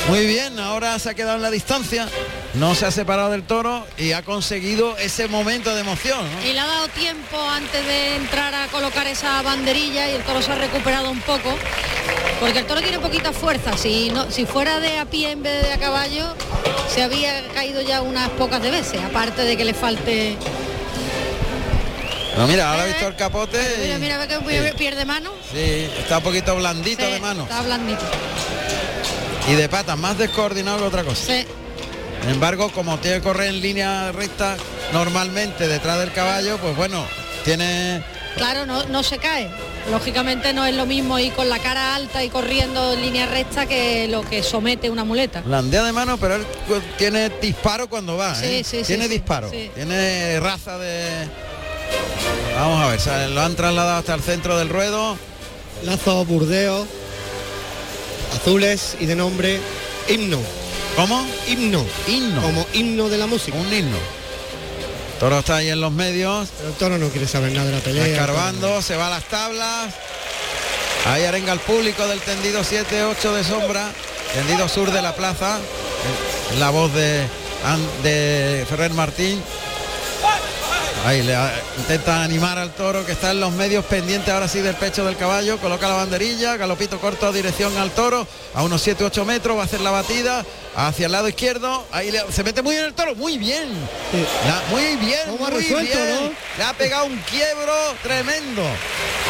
Speaker 1: Muy bien, ahora se ha quedado en la distancia, no se ha separado del toro y ha conseguido ese momento de emoción. ¿no?
Speaker 3: Y le ha dado tiempo antes de entrar a colocar esa banderilla y el toro se ha recuperado un poco. Porque el toro tiene poquita fuerza. Si, no, si fuera de a pie en vez de a caballo, se había caído ya unas pocas de veces. Aparte de que le falte...
Speaker 1: No, mira, ahora ha visto el capote.
Speaker 3: Mira,
Speaker 1: y-
Speaker 3: eh, mira, ve que pierde mano.
Speaker 1: Sí, está un poquito blandito de mano
Speaker 3: Está blandito.
Speaker 1: y de patas, más descoordinado que otra cosa.
Speaker 3: Sí.
Speaker 1: Sin embargo, como tiene que correr en línea recta normalmente detrás del caballo, pues bueno, tiene
Speaker 3: Claro, no, no se cae. Lógicamente no es lo mismo ir con la cara alta y corriendo en línea recta que lo que somete una muleta.
Speaker 1: Landea de mano, pero él cu- tiene disparo cuando va.
Speaker 3: Sí,
Speaker 1: ¿eh?
Speaker 3: sí, sí,
Speaker 1: tiene
Speaker 3: sí,
Speaker 1: disparo.
Speaker 3: sí.
Speaker 1: Tiene raza de. Vamos a ver, sale- lo han trasladado hasta el centro del ruedo.
Speaker 2: Lazo burdeo. Azules y de nombre himno.
Speaker 1: ¿Cómo?
Speaker 2: Himno.
Speaker 1: Himno.
Speaker 2: Como himno de la música.
Speaker 1: Un himno. Toro está ahí en los medios.
Speaker 2: Pero el toro no quiere saber nada de la pelea. el toro
Speaker 1: Escarbando, se va a las tablas. Ahí arenga el público del tendido 7-8 de sombra. Tendido sur de la plaza. En La voz de, An- de Ferrer Martín. Ahí le a- intenta animar al toro que está en los medios pendiente ahora sí del pecho del caballo. Coloca la banderilla, galopito corto dirección al toro. A unos 7-8 metros va a hacer la batida hacia el lado izquierdo. Ahí le- se mete muy bien el toro. Muy bien. La- muy bien.
Speaker 2: ¿Cómo ha
Speaker 1: muy
Speaker 2: resuelto,
Speaker 1: bien.
Speaker 2: no?
Speaker 1: Le ha pegado un quiebro tremendo.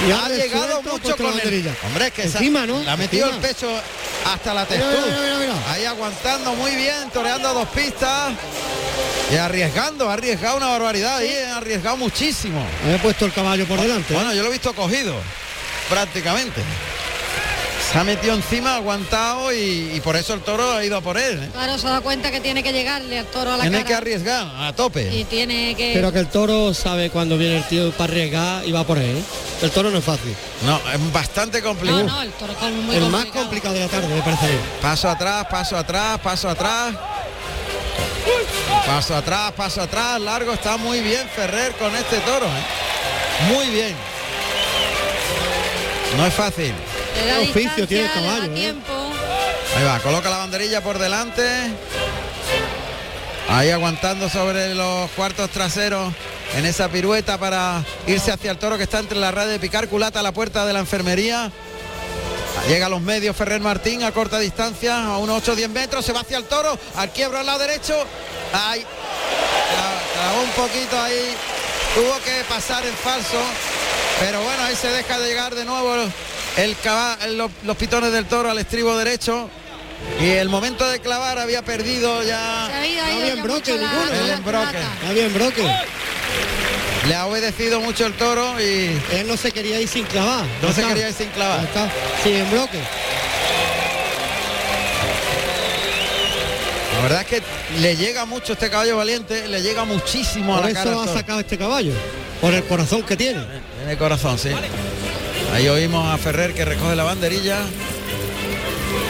Speaker 2: Y
Speaker 1: ha
Speaker 2: ha
Speaker 1: llegado
Speaker 2: resuelto
Speaker 1: mucho
Speaker 2: contra la
Speaker 1: con el...
Speaker 2: banderilla.
Speaker 1: Hombre, es que esa-
Speaker 2: Encima, ¿no?
Speaker 1: le ha metido
Speaker 2: Encima.
Speaker 1: el pecho hasta la
Speaker 2: Mira,
Speaker 1: textura.
Speaker 2: mira, mira, mira.
Speaker 1: Ahí aguantando muy bien, toreando a dos pistas. Y arriesgando, ha arriesgado una barbaridad ahí, ha arriesgado muchísimo.
Speaker 2: Había puesto el caballo por delante. ¿eh?
Speaker 1: Bueno, yo lo he visto cogido, prácticamente. Se ha metido encima, ha aguantado y, y por eso el toro ha ido a por él. ¿eh?
Speaker 3: Claro, se da cuenta que tiene que llegarle al toro a la
Speaker 1: Tiene que
Speaker 3: cara.
Speaker 1: arriesgar a tope.
Speaker 3: Y tiene que...
Speaker 2: Pero que el toro sabe cuando viene el tío para arriesgar y va por ahí. ¿eh? El toro no es fácil.
Speaker 1: No, es bastante complicado.
Speaker 3: No, no, el toro está muy
Speaker 2: el
Speaker 3: complicado.
Speaker 2: más complicado de la tarde, me parece a mí.
Speaker 1: Paso atrás, paso atrás, paso atrás. Paso atrás, paso atrás. Largo está muy bien Ferrer con este toro. ¿eh? Muy bien. No es fácil.
Speaker 3: Le da
Speaker 2: Qué oficio
Speaker 3: distancia,
Speaker 2: tiene ¿eh? el
Speaker 3: le da
Speaker 2: caballo, ¿eh?
Speaker 3: tiempo.
Speaker 1: Ahí va, coloca la banderilla por delante. Ahí aguantando sobre los cuartos traseros en esa pirueta para irse hacia el toro que está entre la red de picar culata a la puerta de la enfermería. Llega a los medios Ferrer Martín a corta distancia, a unos 8-10 metros, se va hacia el toro, al quiebro al lado derecho. Ahí, cla- clavó un poquito ahí, tuvo que pasar en falso, pero bueno, ahí se deja de llegar de nuevo el caba- los, los pitones del toro al estribo derecho. Y el momento de clavar había perdido ya...
Speaker 3: Se había ido
Speaker 2: había
Speaker 3: ya
Speaker 2: embroque
Speaker 3: mucho la-
Speaker 2: ninguno,
Speaker 3: la
Speaker 1: ¿eh? El embroque.
Speaker 3: culata.
Speaker 2: Está bien, Broque.
Speaker 1: Le ha obedecido mucho el toro y
Speaker 2: Él no se quería ir sin clavar.
Speaker 1: no
Speaker 2: Ya
Speaker 1: se
Speaker 2: está.
Speaker 1: quería ir sin
Speaker 2: Ya
Speaker 1: clavar.
Speaker 2: está. Sin embroque.
Speaker 1: La verdad es que le llega mucho este caballo valiente, le llega muchísimo a
Speaker 2: Por
Speaker 1: la cara.
Speaker 2: eso
Speaker 1: al
Speaker 2: ha
Speaker 1: toro.
Speaker 2: sacado este caballo. Por el corazón que tiene.
Speaker 1: En el corazón, sí. Ahí oímos a Ferrer que recoge la banderilla.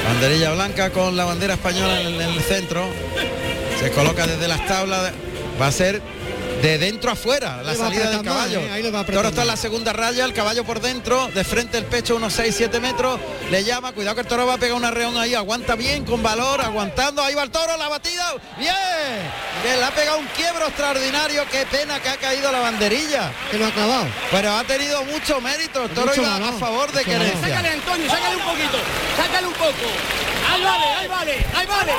Speaker 1: Banderilla blanca con la bandera española en el, en el centro. Se coloca desde las tablas. Va a ser de dentro afuera la
Speaker 2: Ahí va a
Speaker 1: salida del
Speaker 2: apretar más,
Speaker 1: caballo.
Speaker 2: ¿eh? Ahí lo va a apretar
Speaker 1: toro está en la
Speaker 2: más.
Speaker 1: segunda raya, el caballo por dentro, de frente el pecho unos 6-7 metros. Le llama, cuidado que el toro va a pegar una reón ahí. Aguanta bien, con valor, aguantando. Ahí va el toro, la batida. Bien. Que le ha pegado un quiebro extraordinario. Qué pena que ha caído la banderilla.
Speaker 2: Que no ha clavado.
Speaker 1: Pero ha tenido mucho mérito. El toro
Speaker 2: Mucho
Speaker 1: iba
Speaker 2: valor,
Speaker 1: a favor de
Speaker 2: mucho valor.
Speaker 1: Querencia.
Speaker 9: Antonio, sácale un poquito, sácale un poco. Ahí vale, ahí vale, ahí vale.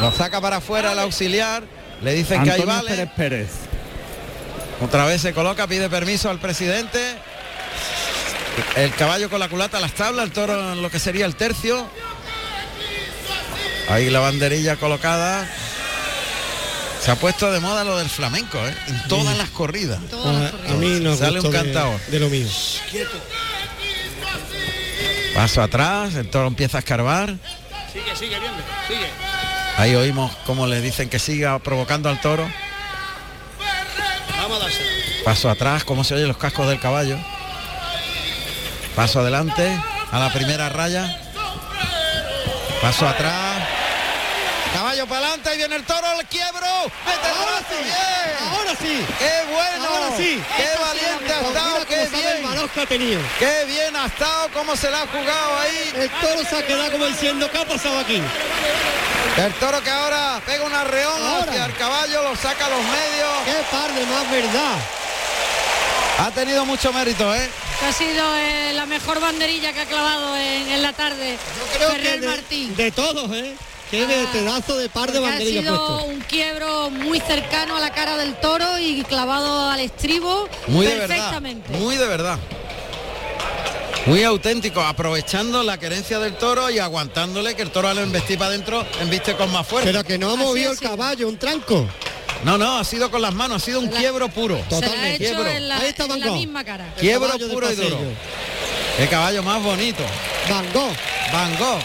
Speaker 1: Lo saca para afuera el auxiliar. Le dicen que ahí
Speaker 7: Antonio
Speaker 1: vale.
Speaker 7: Pérez Pérez.
Speaker 1: Otra vez se coloca, pide permiso al presidente. El caballo con la culata a las tablas, el toro en lo que sería el tercio. Ahí la banderilla colocada. Se ha puesto de moda lo del flamenco, ¿eh? En todas las corridas.
Speaker 2: A mí nos
Speaker 1: Sale un
Speaker 2: gustó de-
Speaker 1: cantador.
Speaker 2: de lo mío.
Speaker 1: Paso atrás, el toro empieza a escarbar.
Speaker 9: Sigue, sigue, bien, sigue.
Speaker 1: Ahí oímos cómo le dicen que siga provocando al toro.
Speaker 9: Vamos a dársela.
Speaker 1: Paso atrás, cómo se oyen los cascos del caballo. Paso adelante, a la primera raya. Paso atrás. Caballo para adelante y viene el toro al quiebro. Mete el brazo, bien.
Speaker 2: Ahora sí.
Speaker 1: Qué bueno.
Speaker 2: Ahora sí.
Speaker 1: Qué
Speaker 2: Eso sí,
Speaker 1: valiente
Speaker 2: la
Speaker 1: ha
Speaker 2: mejor.
Speaker 1: estado.
Speaker 2: Mira
Speaker 1: Qué
Speaker 2: cómo sabe el
Speaker 1: bien.
Speaker 2: valor que ha tenido.
Speaker 1: Qué bien ha estado. Cómo se la ha jugado ahí.
Speaker 2: El toro se ha quedado como diciendo, ¿qué ha pasado aquí?
Speaker 1: El toro que ahora pega un arreón hacia el caballo, lo saca a los medios.
Speaker 2: Qué par de más verdad.
Speaker 1: Ha tenido mucho mérito, ¿eh?
Speaker 3: Que ha sido eh, la mejor banderilla que ha clavado en, en la tarde Ferrer Martín. Ah,
Speaker 2: De todos, ¿eh? Qué de pedazo de par de
Speaker 3: Porque ha
Speaker 2: banderillas
Speaker 3: sido
Speaker 2: puesto.
Speaker 3: un quiebro muy cercano a la cara del toro y clavado al estribo
Speaker 1: Muy de verdad.
Speaker 3: perfectamente.
Speaker 1: Muy de verdad. Muy auténtico, aprovechando la querencia del toro y aguantándole que el toro al embestir para adentro embiste con más fuerza.
Speaker 2: Pero que no ha movido el caballo, un tranco.
Speaker 1: No, no, ha sido con las manos, ha sido un quiebro puro.
Speaker 3: Se la ha hecho
Speaker 1: Quiebro.
Speaker 3: en la,
Speaker 2: Ahí está
Speaker 3: en
Speaker 2: Van
Speaker 3: la
Speaker 2: Gogh.
Speaker 3: misma cara.
Speaker 1: Quiebro
Speaker 2: caballo de
Speaker 1: puro y duro.
Speaker 2: pasillo.
Speaker 1: El caballo más bonito.
Speaker 2: Van Gogh.
Speaker 1: Van Gogh.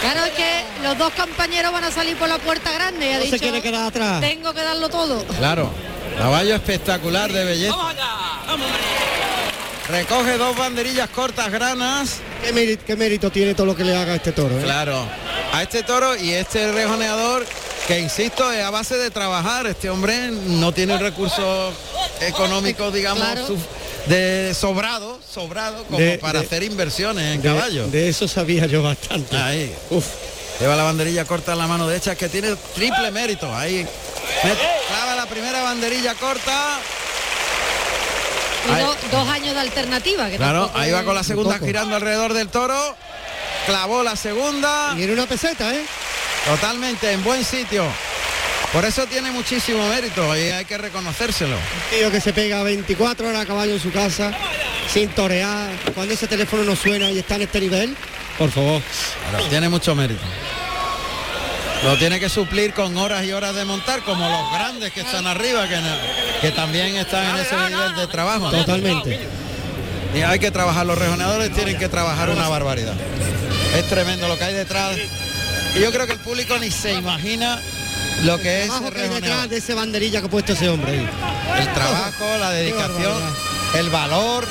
Speaker 3: Claro es que los dos compañeros van a salir por la puerta grande. y ha
Speaker 2: No se
Speaker 3: dicho,
Speaker 2: quiere quedar atrás.
Speaker 3: Tengo que darlo todo.
Speaker 1: Claro. Caballo espectacular de belleza. Recoge dos banderillas cortas granas.
Speaker 2: ¿Qué, mérito, qué mérito tiene todo lo que le haga a este toro, ¿eh?
Speaker 1: Claro, a este toro y este rejoneador, que insisto, es a base de trabajar. Este hombre no tiene recursos económicos, digamos,
Speaker 2: Claro.
Speaker 1: suf- de sobrado, sobrado, como
Speaker 2: De-
Speaker 1: para
Speaker 2: de-
Speaker 1: hacer inversiones en
Speaker 2: De-
Speaker 1: caballo.
Speaker 2: De eso sabía yo bastante.
Speaker 1: Ahí. Uf. Lleva la banderilla corta en la mano derecha, que tiene triple mérito. Ahí met- clava la primera banderilla corta.
Speaker 3: Y
Speaker 1: Ahí.
Speaker 3: do- dos años de alternativa. que
Speaker 1: Claro,
Speaker 3: tampoco
Speaker 1: ahí va
Speaker 3: es-
Speaker 1: con la segunda girando alrededor del toro. Clavó la segunda.
Speaker 2: Y era una peseta, ¿eh?
Speaker 1: Totalmente, en buen sitio. Por eso tiene muchísimo mérito y hay que reconocérselo.
Speaker 2: Tío que se pega 24 horas a caballo en su casa, sin torear, cuando ese teléfono no suena y está en este nivel. Por favor.
Speaker 1: tiene mucho mérito. Lo tiene que suplir con horas y horas de montar, como los grandes que están arriba, que, na- que también están en ese nivel de trabajo. ¿no?
Speaker 2: Totalmente.
Speaker 1: Y hay que trabajar, los rejonadores tienen que trabajar una barbaridad. Es tremendo lo que hay detrás. Y yo creo que el público ni se imagina lo que es
Speaker 2: Abajo
Speaker 1: el
Speaker 2: que hay detrás
Speaker 1: rejoneador.
Speaker 2: de ese banderilla que ha puesto ese hombre ahí.
Speaker 1: El trabajo, la dedicación, el valor.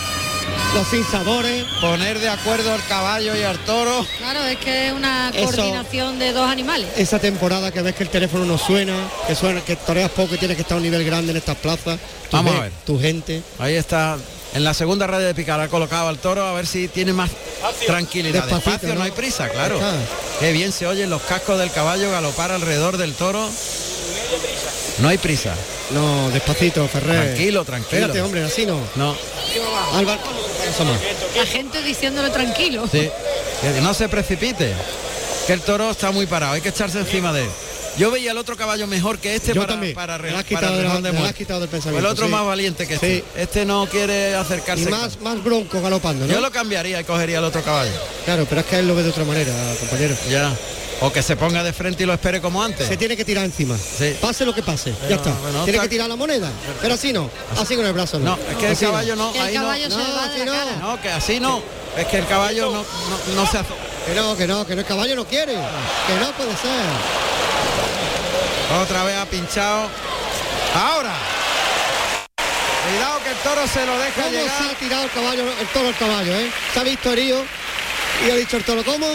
Speaker 2: Los sinsabores.
Speaker 1: Poner de acuerdo al caballo y al toro.
Speaker 3: Claro, es que es una
Speaker 2: Eso.
Speaker 3: coordinación de dos animales.
Speaker 2: Esa temporada que ves que el teléfono no suena, que suena, que toreas poco y tienes que estar a un nivel grande en estas plazas. Tu
Speaker 1: Vamos a
Speaker 2: gen-
Speaker 1: ver.
Speaker 2: Tu gente.
Speaker 1: Ahí está. En la segunda raya de picar ha colocado al toro a ver si tiene más tranquilidad.
Speaker 2: Despacito,
Speaker 1: Despacio, no,
Speaker 2: ¿no?
Speaker 1: hay prisa, claro.
Speaker 2: Está.
Speaker 1: Qué bien se oyen los cascos del caballo galopar alrededor del toro. No hay prisa.
Speaker 2: No, despacito, Ferrer.
Speaker 1: Tranquilo, tranquilo.
Speaker 2: Espérate, hombre, así no.
Speaker 1: No,
Speaker 2: Álvaro, eso más.
Speaker 3: La gente diciéndolo tranquilo.
Speaker 1: sí. Que no se precipite. Que el toro está muy parado. Hay que echarse encima de él. Yo veía el otro caballo mejor que este
Speaker 2: Yo
Speaker 1: para,
Speaker 2: también.
Speaker 1: para, re-
Speaker 2: Me lo has
Speaker 1: para
Speaker 2: quitado de la-
Speaker 1: rejón de
Speaker 2: me lo has
Speaker 1: muerte.
Speaker 2: quitado del pensamiento,
Speaker 1: El otro
Speaker 2: sí.
Speaker 1: más valiente que
Speaker 2: Sí.
Speaker 1: este. Este no quiere acercarse.
Speaker 2: Y más, más bronco galopando, ¿no?
Speaker 1: Yo lo cambiaría y cogería el otro caballo.
Speaker 2: Claro, pero es que él lo ve de otra manera, compañero.
Speaker 1: Ya. O que se ponga de frente y lo espere como antes.
Speaker 2: Se tiene que tirar encima.
Speaker 1: Sí.
Speaker 2: Pase lo que pase.
Speaker 1: Pero,
Speaker 2: ya está.
Speaker 1: bueno,
Speaker 2: tiene
Speaker 1: está-
Speaker 2: que tirar la moneda. Pero así no. Así con el brazo no.
Speaker 1: No, es que el
Speaker 2: Así
Speaker 1: caballo no.
Speaker 3: Que el
Speaker 1: ahí
Speaker 3: caballo
Speaker 1: no.
Speaker 3: se le va de la cara.
Speaker 1: No, que así no. Es que el caballo no, no, no se hace.
Speaker 2: Que no, que no, que no, el caballo no quiere. Que no puede ser.
Speaker 1: Otra vez ha pinchado. Ahora. Cuidado que el toro se lo deja
Speaker 2: ¿Cómo se
Speaker 1: llegar.
Speaker 2: ha tirado el caballo, el toro el caballo, eh? Se ha visto herido y ha dicho el toro, ¿cómo?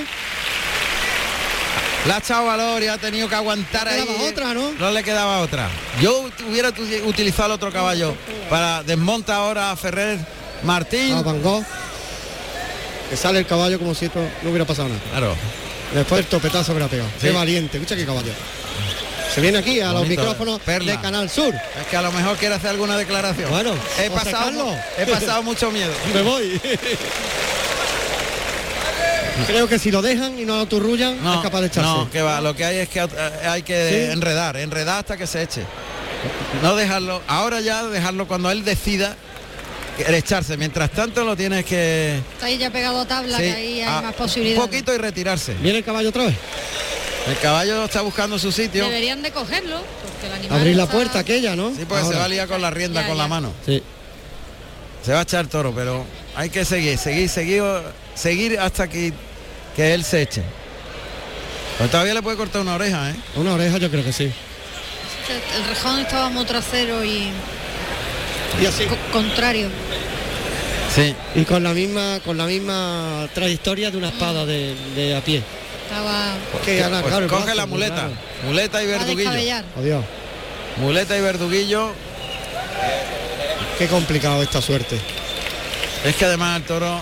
Speaker 1: La ha echado valor y ha tenido que aguantar ahí.
Speaker 2: Quedaba otra, ¿no?
Speaker 1: le quedaba otra. Yo hubiera tu- utilizado el otro caballo para desmonta ahora a Ferrer Martín.
Speaker 2: A Van Gogh. Que sale el caballo como si esto no hubiera pasado nada.
Speaker 1: Claro.
Speaker 2: Después el topetazo que le ha pegado. Qué
Speaker 1: Sí.
Speaker 2: valiente, escucha qué caballo. Se viene aquí a los
Speaker 1: Bonito,
Speaker 2: micrófonos
Speaker 1: Perla.
Speaker 2: de Canal Sur.
Speaker 1: Es que a lo mejor quiere hacer alguna declaración.
Speaker 2: Bueno,
Speaker 1: he
Speaker 2: o
Speaker 1: pasado,
Speaker 2: sacarlo.
Speaker 1: he pasado mucho miedo.
Speaker 2: Me voy. Creo que si lo dejan y no lo aturrullan, es capaz de echarse.
Speaker 1: No, que va, lo que hay es que eh, hay que
Speaker 2: ¿Sí?
Speaker 1: enredar, enredar hasta que se eche. No dejarlo, ahora ya dejarlo cuando él decida que- echarse. Mientras tanto lo tienes que
Speaker 3: Está ahí ya pegado a tabla,
Speaker 1: Sí,
Speaker 3: que ahí hay
Speaker 1: ah,
Speaker 3: más
Speaker 1: un
Speaker 3: posibilidades.
Speaker 1: poquito y retirarse.
Speaker 2: ¿Viene el caballo otra vez?
Speaker 1: El caballo está buscando su sitio.
Speaker 3: Deberían de cogerlo, porque el animal
Speaker 2: Abrir la
Speaker 3: está-
Speaker 2: puerta aquella, ¿no?
Speaker 1: Sí, porque Pues se va a liar con la rienda,
Speaker 3: Ya,
Speaker 1: con la
Speaker 3: ya.
Speaker 1: mano.
Speaker 2: Sí.
Speaker 1: Se va a echar toro, pero hay que seguir, seguir, seguir, seguir hasta que, que él se eche. Pero todavía le puede cortar una oreja, ¿eh?
Speaker 2: Una oreja yo creo que sí.
Speaker 3: El rejón estaba muy trasero y,
Speaker 2: Y así.
Speaker 3: co- contrario.
Speaker 1: Sí.
Speaker 2: Y con la misma, con la misma trayectoria de una espada de, de a pie.
Speaker 3: Estaba
Speaker 2: Que ahora,
Speaker 1: Pues
Speaker 2: claro, el
Speaker 1: coge
Speaker 2: brazo,
Speaker 1: la
Speaker 2: muy
Speaker 1: muleta,
Speaker 2: raro.
Speaker 1: muleta y
Speaker 3: a
Speaker 1: verduguillo.
Speaker 3: descabellar.
Speaker 2: Adiós.
Speaker 1: Muleta y verduguillo.
Speaker 2: Qué complicado esta suerte.
Speaker 1: Es que además el toro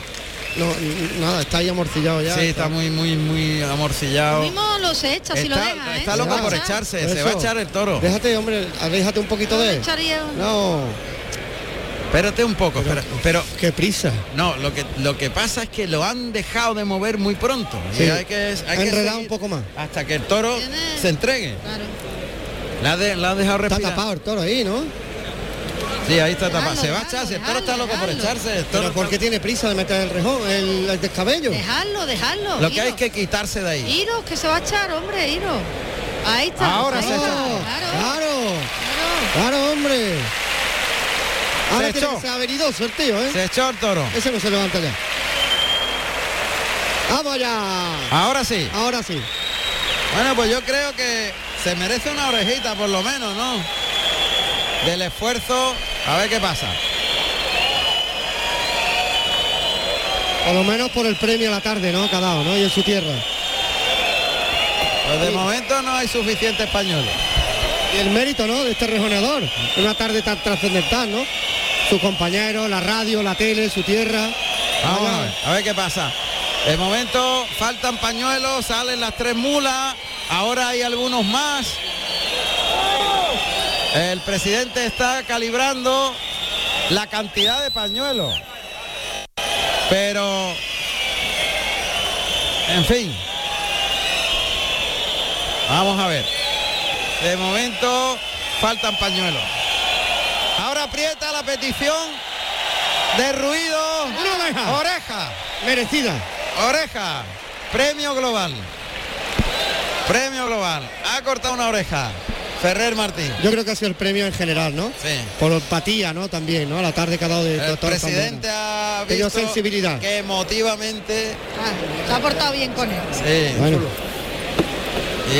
Speaker 2: No, n- nada, está ahí amorcillado ya.
Speaker 1: sí, está muy, muy, muy amorcillado.
Speaker 3: Mismo lo se echa si lo
Speaker 1: Está-
Speaker 3: deja, ¿eh?
Speaker 1: está loco por echarse, se va a echar el toro.
Speaker 2: Déjate, hombre, déjate un poquito de.
Speaker 3: Echaría un-
Speaker 2: No,
Speaker 1: Espérate un poco, espera- pero,
Speaker 2: qué prisa.
Speaker 1: no, lo que lo que pasa es que lo han dejado de mover muy pronto. Y
Speaker 2: Sí.
Speaker 1: hay que, hay
Speaker 2: ha
Speaker 1: que
Speaker 2: enredado
Speaker 1: seguir
Speaker 2: un poco más.
Speaker 1: hasta que el toro se entregue.
Speaker 3: Claro.
Speaker 1: La, de- la ha dejado
Speaker 2: Está
Speaker 1: respirar.
Speaker 2: tapado el toro ahí, ¿no?
Speaker 1: Sí, ahí está tapado.
Speaker 3: Dejadlo,
Speaker 1: se va a echarse, el toro está loco por echarse. El toro
Speaker 2: Pero ¿por qué tiene prisa de meter el rejón, el, el descabello?
Speaker 3: Dejarlo, dejarlo.
Speaker 1: Lo que hay es
Speaker 3: iros.
Speaker 1: que quitarse de ahí.
Speaker 3: Iros, que se va a echar, hombre, iros. Ahí está.
Speaker 1: Ahora
Speaker 3: ahí
Speaker 1: se
Speaker 3: está.
Speaker 1: echa.
Speaker 3: Claro,
Speaker 2: Claro,
Speaker 3: claro.
Speaker 2: claro, hombre. Ahora
Speaker 1: Se
Speaker 2: tiene
Speaker 1: echó.
Speaker 2: que ser averidoso el tío, ¿eh?
Speaker 1: Se echó el toro.
Speaker 2: Ese no se levanta ya. Ah, ¡Vamos allá!
Speaker 1: Ahora sí.
Speaker 2: Ahora sí.
Speaker 1: Bueno, pues yo creo que se merece una orejita por lo menos, ¿no? Del esfuerzo, a ver qué pasa.
Speaker 2: Por lo menos por el premio a la tarde, ¿no? Cada uno, ¿no? Y en su tierra.
Speaker 1: Pues de momento no hay suficiente españoles.
Speaker 2: Y el mérito, ¿no? De este rejoneador. Una tarde tan trascendental, ¿no? Sus compañeros, la radio, la tele, su tierra.
Speaker 1: Vamos a ver, a ver qué pasa. De momento faltan pañuelos, salen las tres mulas, ahora hay algunos más. El presidente está calibrando la cantidad de pañuelos. Pero, en fin, vamos a ver. De momento faltan pañuelos. Ahora aprieta la petición de ruido.
Speaker 2: Una oreja.
Speaker 1: Oreja.
Speaker 2: Merecida.
Speaker 1: Oreja, premio global. Premio global. Ha cortado una oreja. Ferrer Martín.
Speaker 2: Yo creo que ha sido el premio en general, ¿no?
Speaker 1: Sí.
Speaker 2: Por empatía, ¿no? También, ¿no? La tarde que ha dado de
Speaker 1: El
Speaker 2: doctor Sandra.
Speaker 1: presidente ha
Speaker 2: Que dio
Speaker 1: visto
Speaker 2: sensibilidad.
Speaker 1: que emotivamente
Speaker 3: Ah, se ha portado bien con él.
Speaker 1: sí.
Speaker 2: Bueno,
Speaker 1: Y-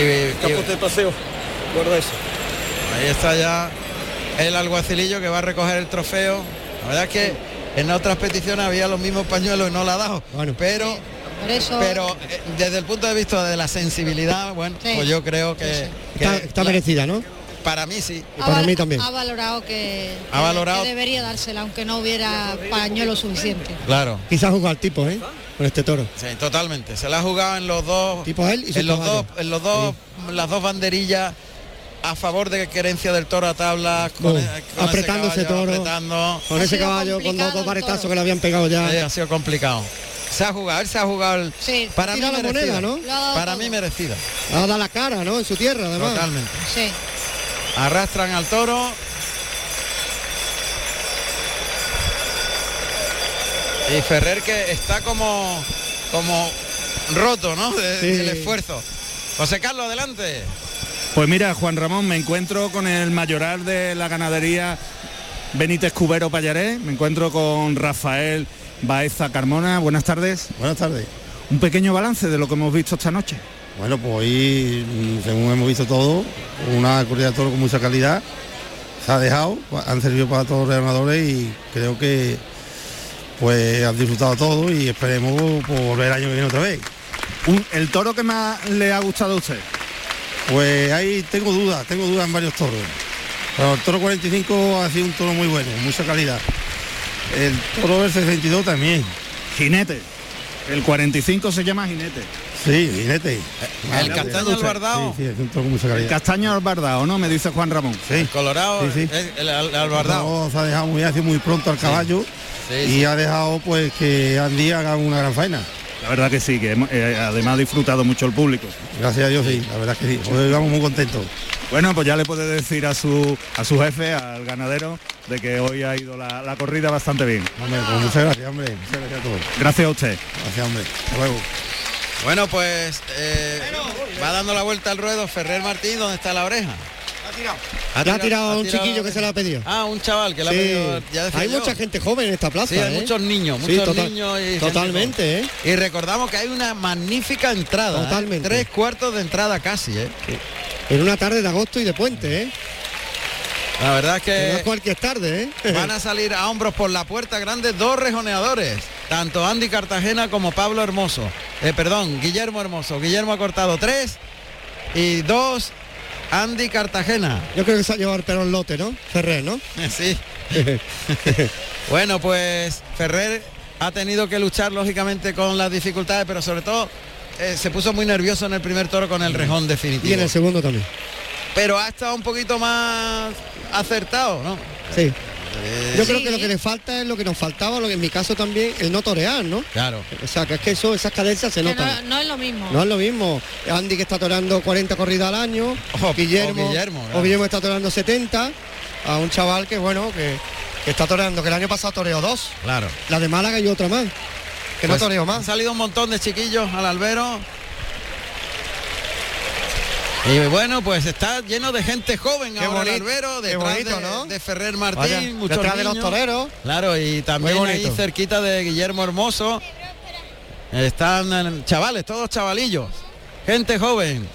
Speaker 1: y- y-
Speaker 9: paseo. Guarda eso.
Speaker 1: ahí está ya el alguacilillo que va a recoger el trofeo. La verdad es que en otras peticiones había los mismos pañuelos y no la ha dado.
Speaker 2: Bueno.
Speaker 1: Pero
Speaker 3: Por eso.
Speaker 1: pero eh, desde el punto de vista de la sensibilidad, bueno,
Speaker 3: Sí.
Speaker 1: pues yo creo que, que
Speaker 2: está, está
Speaker 1: la-
Speaker 2: merecida, ¿no?
Speaker 1: para mí sí.
Speaker 2: Y para
Speaker 3: val-
Speaker 2: mí también.
Speaker 3: Ha valorado que,
Speaker 1: Ha valorado-
Speaker 3: que debería dársela, aunque no hubiera pañuelo suficiente.
Speaker 1: Claro.
Speaker 2: Quizás jugó al tipo, ¿eh? Con este toro.
Speaker 1: Sí, totalmente. Se la ha jugado en los dos.
Speaker 2: Tipo él y su
Speaker 1: en los dos,
Speaker 2: caballo.
Speaker 1: en los dos, las dos banderillas a favor de querencia del toro a tablas, con,
Speaker 2: Boom.
Speaker 1: eh, con ese
Speaker 2: Apretando ese
Speaker 1: caballo,
Speaker 2: toro.
Speaker 1: apretando.
Speaker 2: Con
Speaker 3: Ha
Speaker 2: ese
Speaker 3: sido
Speaker 2: caballo, con
Speaker 3: complicado
Speaker 2: dos,
Speaker 3: el
Speaker 2: dos baretazos
Speaker 3: toro.
Speaker 2: que le habían pegado ya.
Speaker 1: Sí, ha sido complicado. Se ha jugado, él se ha jugado el-
Speaker 3: Sí.
Speaker 1: para
Speaker 2: Ha
Speaker 1: mí
Speaker 2: tirado la
Speaker 1: merecida.
Speaker 2: moneda, ¿no?
Speaker 3: Lo ha dado
Speaker 1: Para
Speaker 3: todo.
Speaker 1: mí merecida.
Speaker 2: Ha dado la cara, ¿no? En su tierra, además.
Speaker 1: Totalmente.
Speaker 3: Sí.
Speaker 1: Arrastran al toro. Y Ferrer que está como como roto, ¿no? De-
Speaker 2: Sí.
Speaker 1: Del esfuerzo. José Carlos, adelante.
Speaker 7: Pues mira, Juan Ramón, me encuentro con el mayoral de la ganadería Benítez Cubero Payaré, me encuentro con Rafael Baeza Carmona. Buenas tardes.
Speaker 14: Buenas tardes.
Speaker 7: Un pequeño balance de lo que hemos visto esta noche.
Speaker 14: Bueno, pues hoy, mm, según hemos visto todo, una corrida de toro con mucha calidad. Se ha dejado, han servido para todos los ganadores y creo que pues han disfrutado todo y esperemos pues, volver el año que viene otra vez.
Speaker 7: Un- el toro que más le ha gustado a usted.
Speaker 14: Pues ahí tengo dudas, tengo dudas en varios toros. Pero el toro 45 ha sido un toro muy bueno, mucha calidad. El toro del 62 también,
Speaker 7: Jinete. El 45 se llama jinete.
Speaker 14: sí, jinete.
Speaker 1: El castaño
Speaker 14: al
Speaker 1: albardao.
Speaker 14: Sí, sí, es un toro con mucha
Speaker 7: El
Speaker 14: calidad.
Speaker 7: castaño albardao, ¿no? Me dice Juan Ramón.
Speaker 14: Sí.
Speaker 1: El Colorado,
Speaker 14: Sí, sí.
Speaker 1: el, el al- albardao.
Speaker 14: No, se ha dejado muy ácido muy pronto al caballo
Speaker 1: Sí,
Speaker 14: y
Speaker 1: sí.
Speaker 14: ha dejado pues que Andy haga una gran faena.
Speaker 7: La verdad que sí, que hemos- eh, además ha disfrutado mucho el público.
Speaker 14: Gracias a Dios, sí, la verdad que sí. Hoy vamos muy contentos.
Speaker 7: Bueno, pues ya le puede decir a su, a su jefe, al ganadero, de que hoy ha ido la, la corrida bastante bien.
Speaker 14: Hombre, pues muchas gracias, hombre. Muchas gracias a todos.
Speaker 7: Gracias a usted.
Speaker 14: Gracias, hombre. Hasta luego.
Speaker 1: Bueno, pues eh, va dando la vuelta al ruedo Ferrer Martín, ¿dónde está la oreja? Ha
Speaker 2: La ha
Speaker 1: tirado-
Speaker 2: tirado,
Speaker 1: ha
Speaker 2: a un
Speaker 1: tirado-
Speaker 2: chiquillo que se la ha pedido.
Speaker 1: Ah, un chaval que la ha
Speaker 2: Sí.
Speaker 1: pedido. ya decía
Speaker 2: Hay
Speaker 1: yo.
Speaker 2: mucha gente joven en esta plaza.
Speaker 1: Sí, hay
Speaker 2: ¿eh?
Speaker 1: muchos niños,
Speaker 2: Sí,
Speaker 1: muchos
Speaker 2: total-
Speaker 1: niños. y gente
Speaker 2: totalmente, ¿eh?
Speaker 1: Y recordamos que hay una magnífica entrada. ¿eh?
Speaker 2: Totalmente.
Speaker 1: Tres cuartos de entrada casi, ¿eh?
Speaker 2: En una tarde de agosto y de puente, ¿eh?
Speaker 1: La verdad es
Speaker 2: Que no
Speaker 1: que
Speaker 2: es cualquier tarde, ¿eh?
Speaker 1: van a salir a hombros por la puerta grande dos rejoneadores, tanto Andy Cartagena como Pablo Hermoso. Eh, perdón, Guillermo Hermoso. Guillermo ha cortado tres y dos Andy Cartagena.
Speaker 2: Yo creo que se ha llevado el perón lote, ¿no? Ferrer, ¿no?
Speaker 1: Sí. bueno, pues Ferrer ha tenido que luchar lógicamente con las dificultades, pero sobre todo eh, se puso muy nervioso en el primer toro con el rejón definitivo.
Speaker 2: Mm. Y en el segundo también.
Speaker 1: Pero ha estado un poquito más acertado, ¿no?
Speaker 2: Sí. Yo creo
Speaker 1: Sí.
Speaker 2: que lo que le falta es lo que nos faltaba, lo que en mi caso también, el no torear, ¿no?
Speaker 1: Claro.
Speaker 2: O sea, que es que eso, esas cadencias se
Speaker 3: Que
Speaker 2: notan.
Speaker 3: no, no es lo mismo.
Speaker 2: No es lo mismo. Andy que está torando 40 corridas al año, Guillermo,
Speaker 1: o Guillermo, claro.
Speaker 2: o Guillermo está torando 70, a un chaval que bueno, que, que está torando, que el año pasado toreó dos,
Speaker 1: Claro.
Speaker 2: la de Málaga y otra más, que
Speaker 1: Pues,
Speaker 2: no toreó
Speaker 1: Han
Speaker 2: más.
Speaker 1: salido un montón de chiquillos al albero. Y bueno, pues está lleno de gente joven
Speaker 2: Qué
Speaker 1: ahora el
Speaker 2: bonito,
Speaker 1: albero,
Speaker 2: qué
Speaker 1: detrás
Speaker 2: bonito,
Speaker 1: de,
Speaker 2: ¿no?
Speaker 1: de Ferrer Martín,
Speaker 2: Vaya,
Speaker 1: muchos
Speaker 2: detrás de los
Speaker 1: niños.
Speaker 2: toreros.
Speaker 1: Claro, y también
Speaker 2: Muy
Speaker 1: ahí
Speaker 2: bonito.
Speaker 1: cerquita de Guillermo Hermoso. Están eh, chavales, todos chavalillos. Gente joven.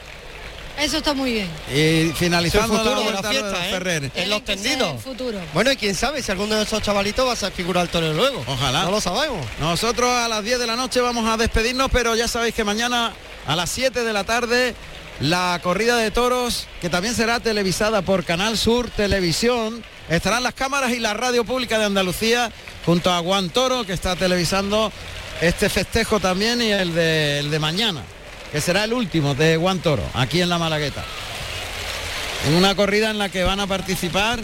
Speaker 3: Eso está muy bien.
Speaker 1: Y finalizando
Speaker 2: Es el futuro
Speaker 1: la
Speaker 2: de la
Speaker 1: vuelta
Speaker 2: fiesta,
Speaker 1: de
Speaker 2: ¿eh?
Speaker 1: Ferrer.
Speaker 2: En los
Speaker 3: El
Speaker 2: tendidos.
Speaker 3: futuro.
Speaker 2: Bueno, y quién sabe si alguno de esos chavalitos va a ser figura del torero luego.
Speaker 1: Ojalá.
Speaker 2: No lo sabemos.
Speaker 1: Nosotros a las 10 de la noche vamos a despedirnos, pero ya sabéis que mañana a las 7 de la tarde la corrida de toros, que también será televisada por Canal Sur Televisión, estarán las cámaras y la radio pública de Andalucía junto a Juan Toro, que está televisando este festejo también y el de, el de mañana, que será el último de Juan Toro, aquí en la Malagueta. En una corrida en la que van a participar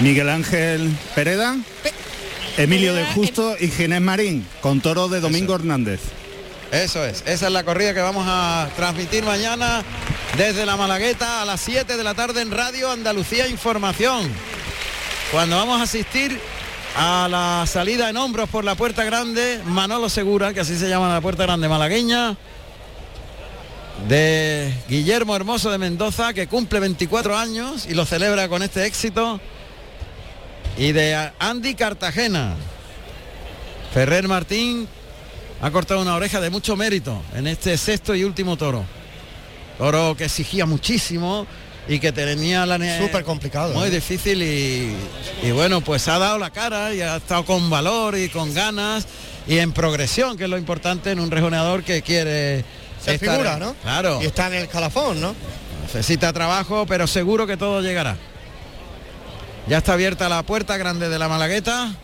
Speaker 7: Miguel Ángel Pereda, Emilio del Justo y Ginés Marín, con toro de Domingo Hernández.
Speaker 1: Eso es, esa es la corrida que vamos a transmitir mañana desde la Malagueta a las 7 de la tarde en Radio Andalucía Información. Cuando vamos a asistir a la salida en hombros por la Puerta Grande, Manolo Segura, que así se llama la Puerta Grande malagueña, de Guillermo Hermoso de Mendoza, que cumple 24 años y lo celebra con este éxito, y de Andy Cartagena. Ferrer Martín ha cortado una oreja de mucho mérito en este sexto y último toro. Toro que exigía muchísimo y que tenía la ne-
Speaker 2: Súper complicado.
Speaker 1: muy
Speaker 2: ¿eh?
Speaker 1: difícil y, y bueno, pues ha dado la cara y ha estado con valor y con ganas y en progresión, que es lo importante en un rejoneador que quiere
Speaker 2: Ser
Speaker 1: estar-
Speaker 2: figura, ¿no?
Speaker 1: Claro.
Speaker 2: Y está en el calafón, ¿no?
Speaker 1: Necesita trabajo, pero seguro que todo llegará. Ya está abierta la puerta grande de la Malagueta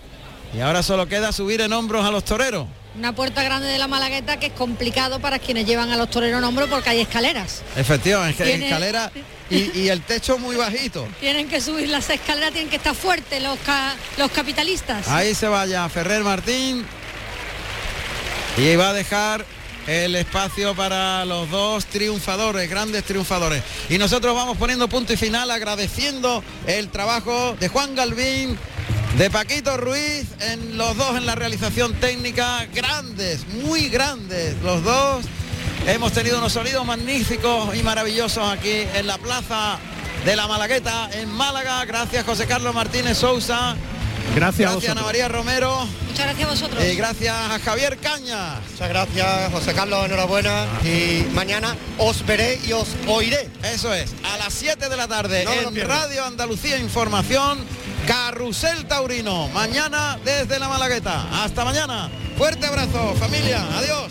Speaker 1: y ahora solo queda subir en hombros a los toreros.
Speaker 3: Una puerta grande de la Malagueta que es complicado para quienes llevan a los toreros en hombro porque hay escaleras.
Speaker 1: Efectivamente, es que
Speaker 3: Tiene-
Speaker 1: escalera y, y el techo muy bajito.
Speaker 3: Tienen que subir las escaleras, tienen que estar fuertes los, ca- los capitalistas.
Speaker 1: Ahí se vaya Ferrer Martín. Y va a dejar el espacio para los dos triunfadores, grandes triunfadores. Y nosotros vamos poniendo punto y final agradeciendo el trabajo de Juan Galvín, de Paquito Ruiz, en los dos en la realización técnica, grandes, muy grandes los dos. Hemos tenido unos sonidos magníficos y maravillosos aquí en la plaza de la Malagueta, en Málaga. Gracias José Carlos Martínez Sousa.
Speaker 7: Gracias a
Speaker 1: Gracias Ana
Speaker 7: vosotros.
Speaker 1: María Romero.
Speaker 3: Muchas gracias a vosotros.
Speaker 1: Y gracias a Javier Cañas.
Speaker 2: Muchas gracias, José Carlos, enhorabuena.
Speaker 1: Ah.
Speaker 2: Y mañana os veré y os oiré.
Speaker 1: Eso es, a las 7 de la tarde
Speaker 2: No me lo
Speaker 1: en
Speaker 2: pierdas.
Speaker 1: Radio Andalucía Información, Carrusel Taurino, mañana desde la Malagueta. Hasta mañana. Fuerte abrazo, familia. Adiós.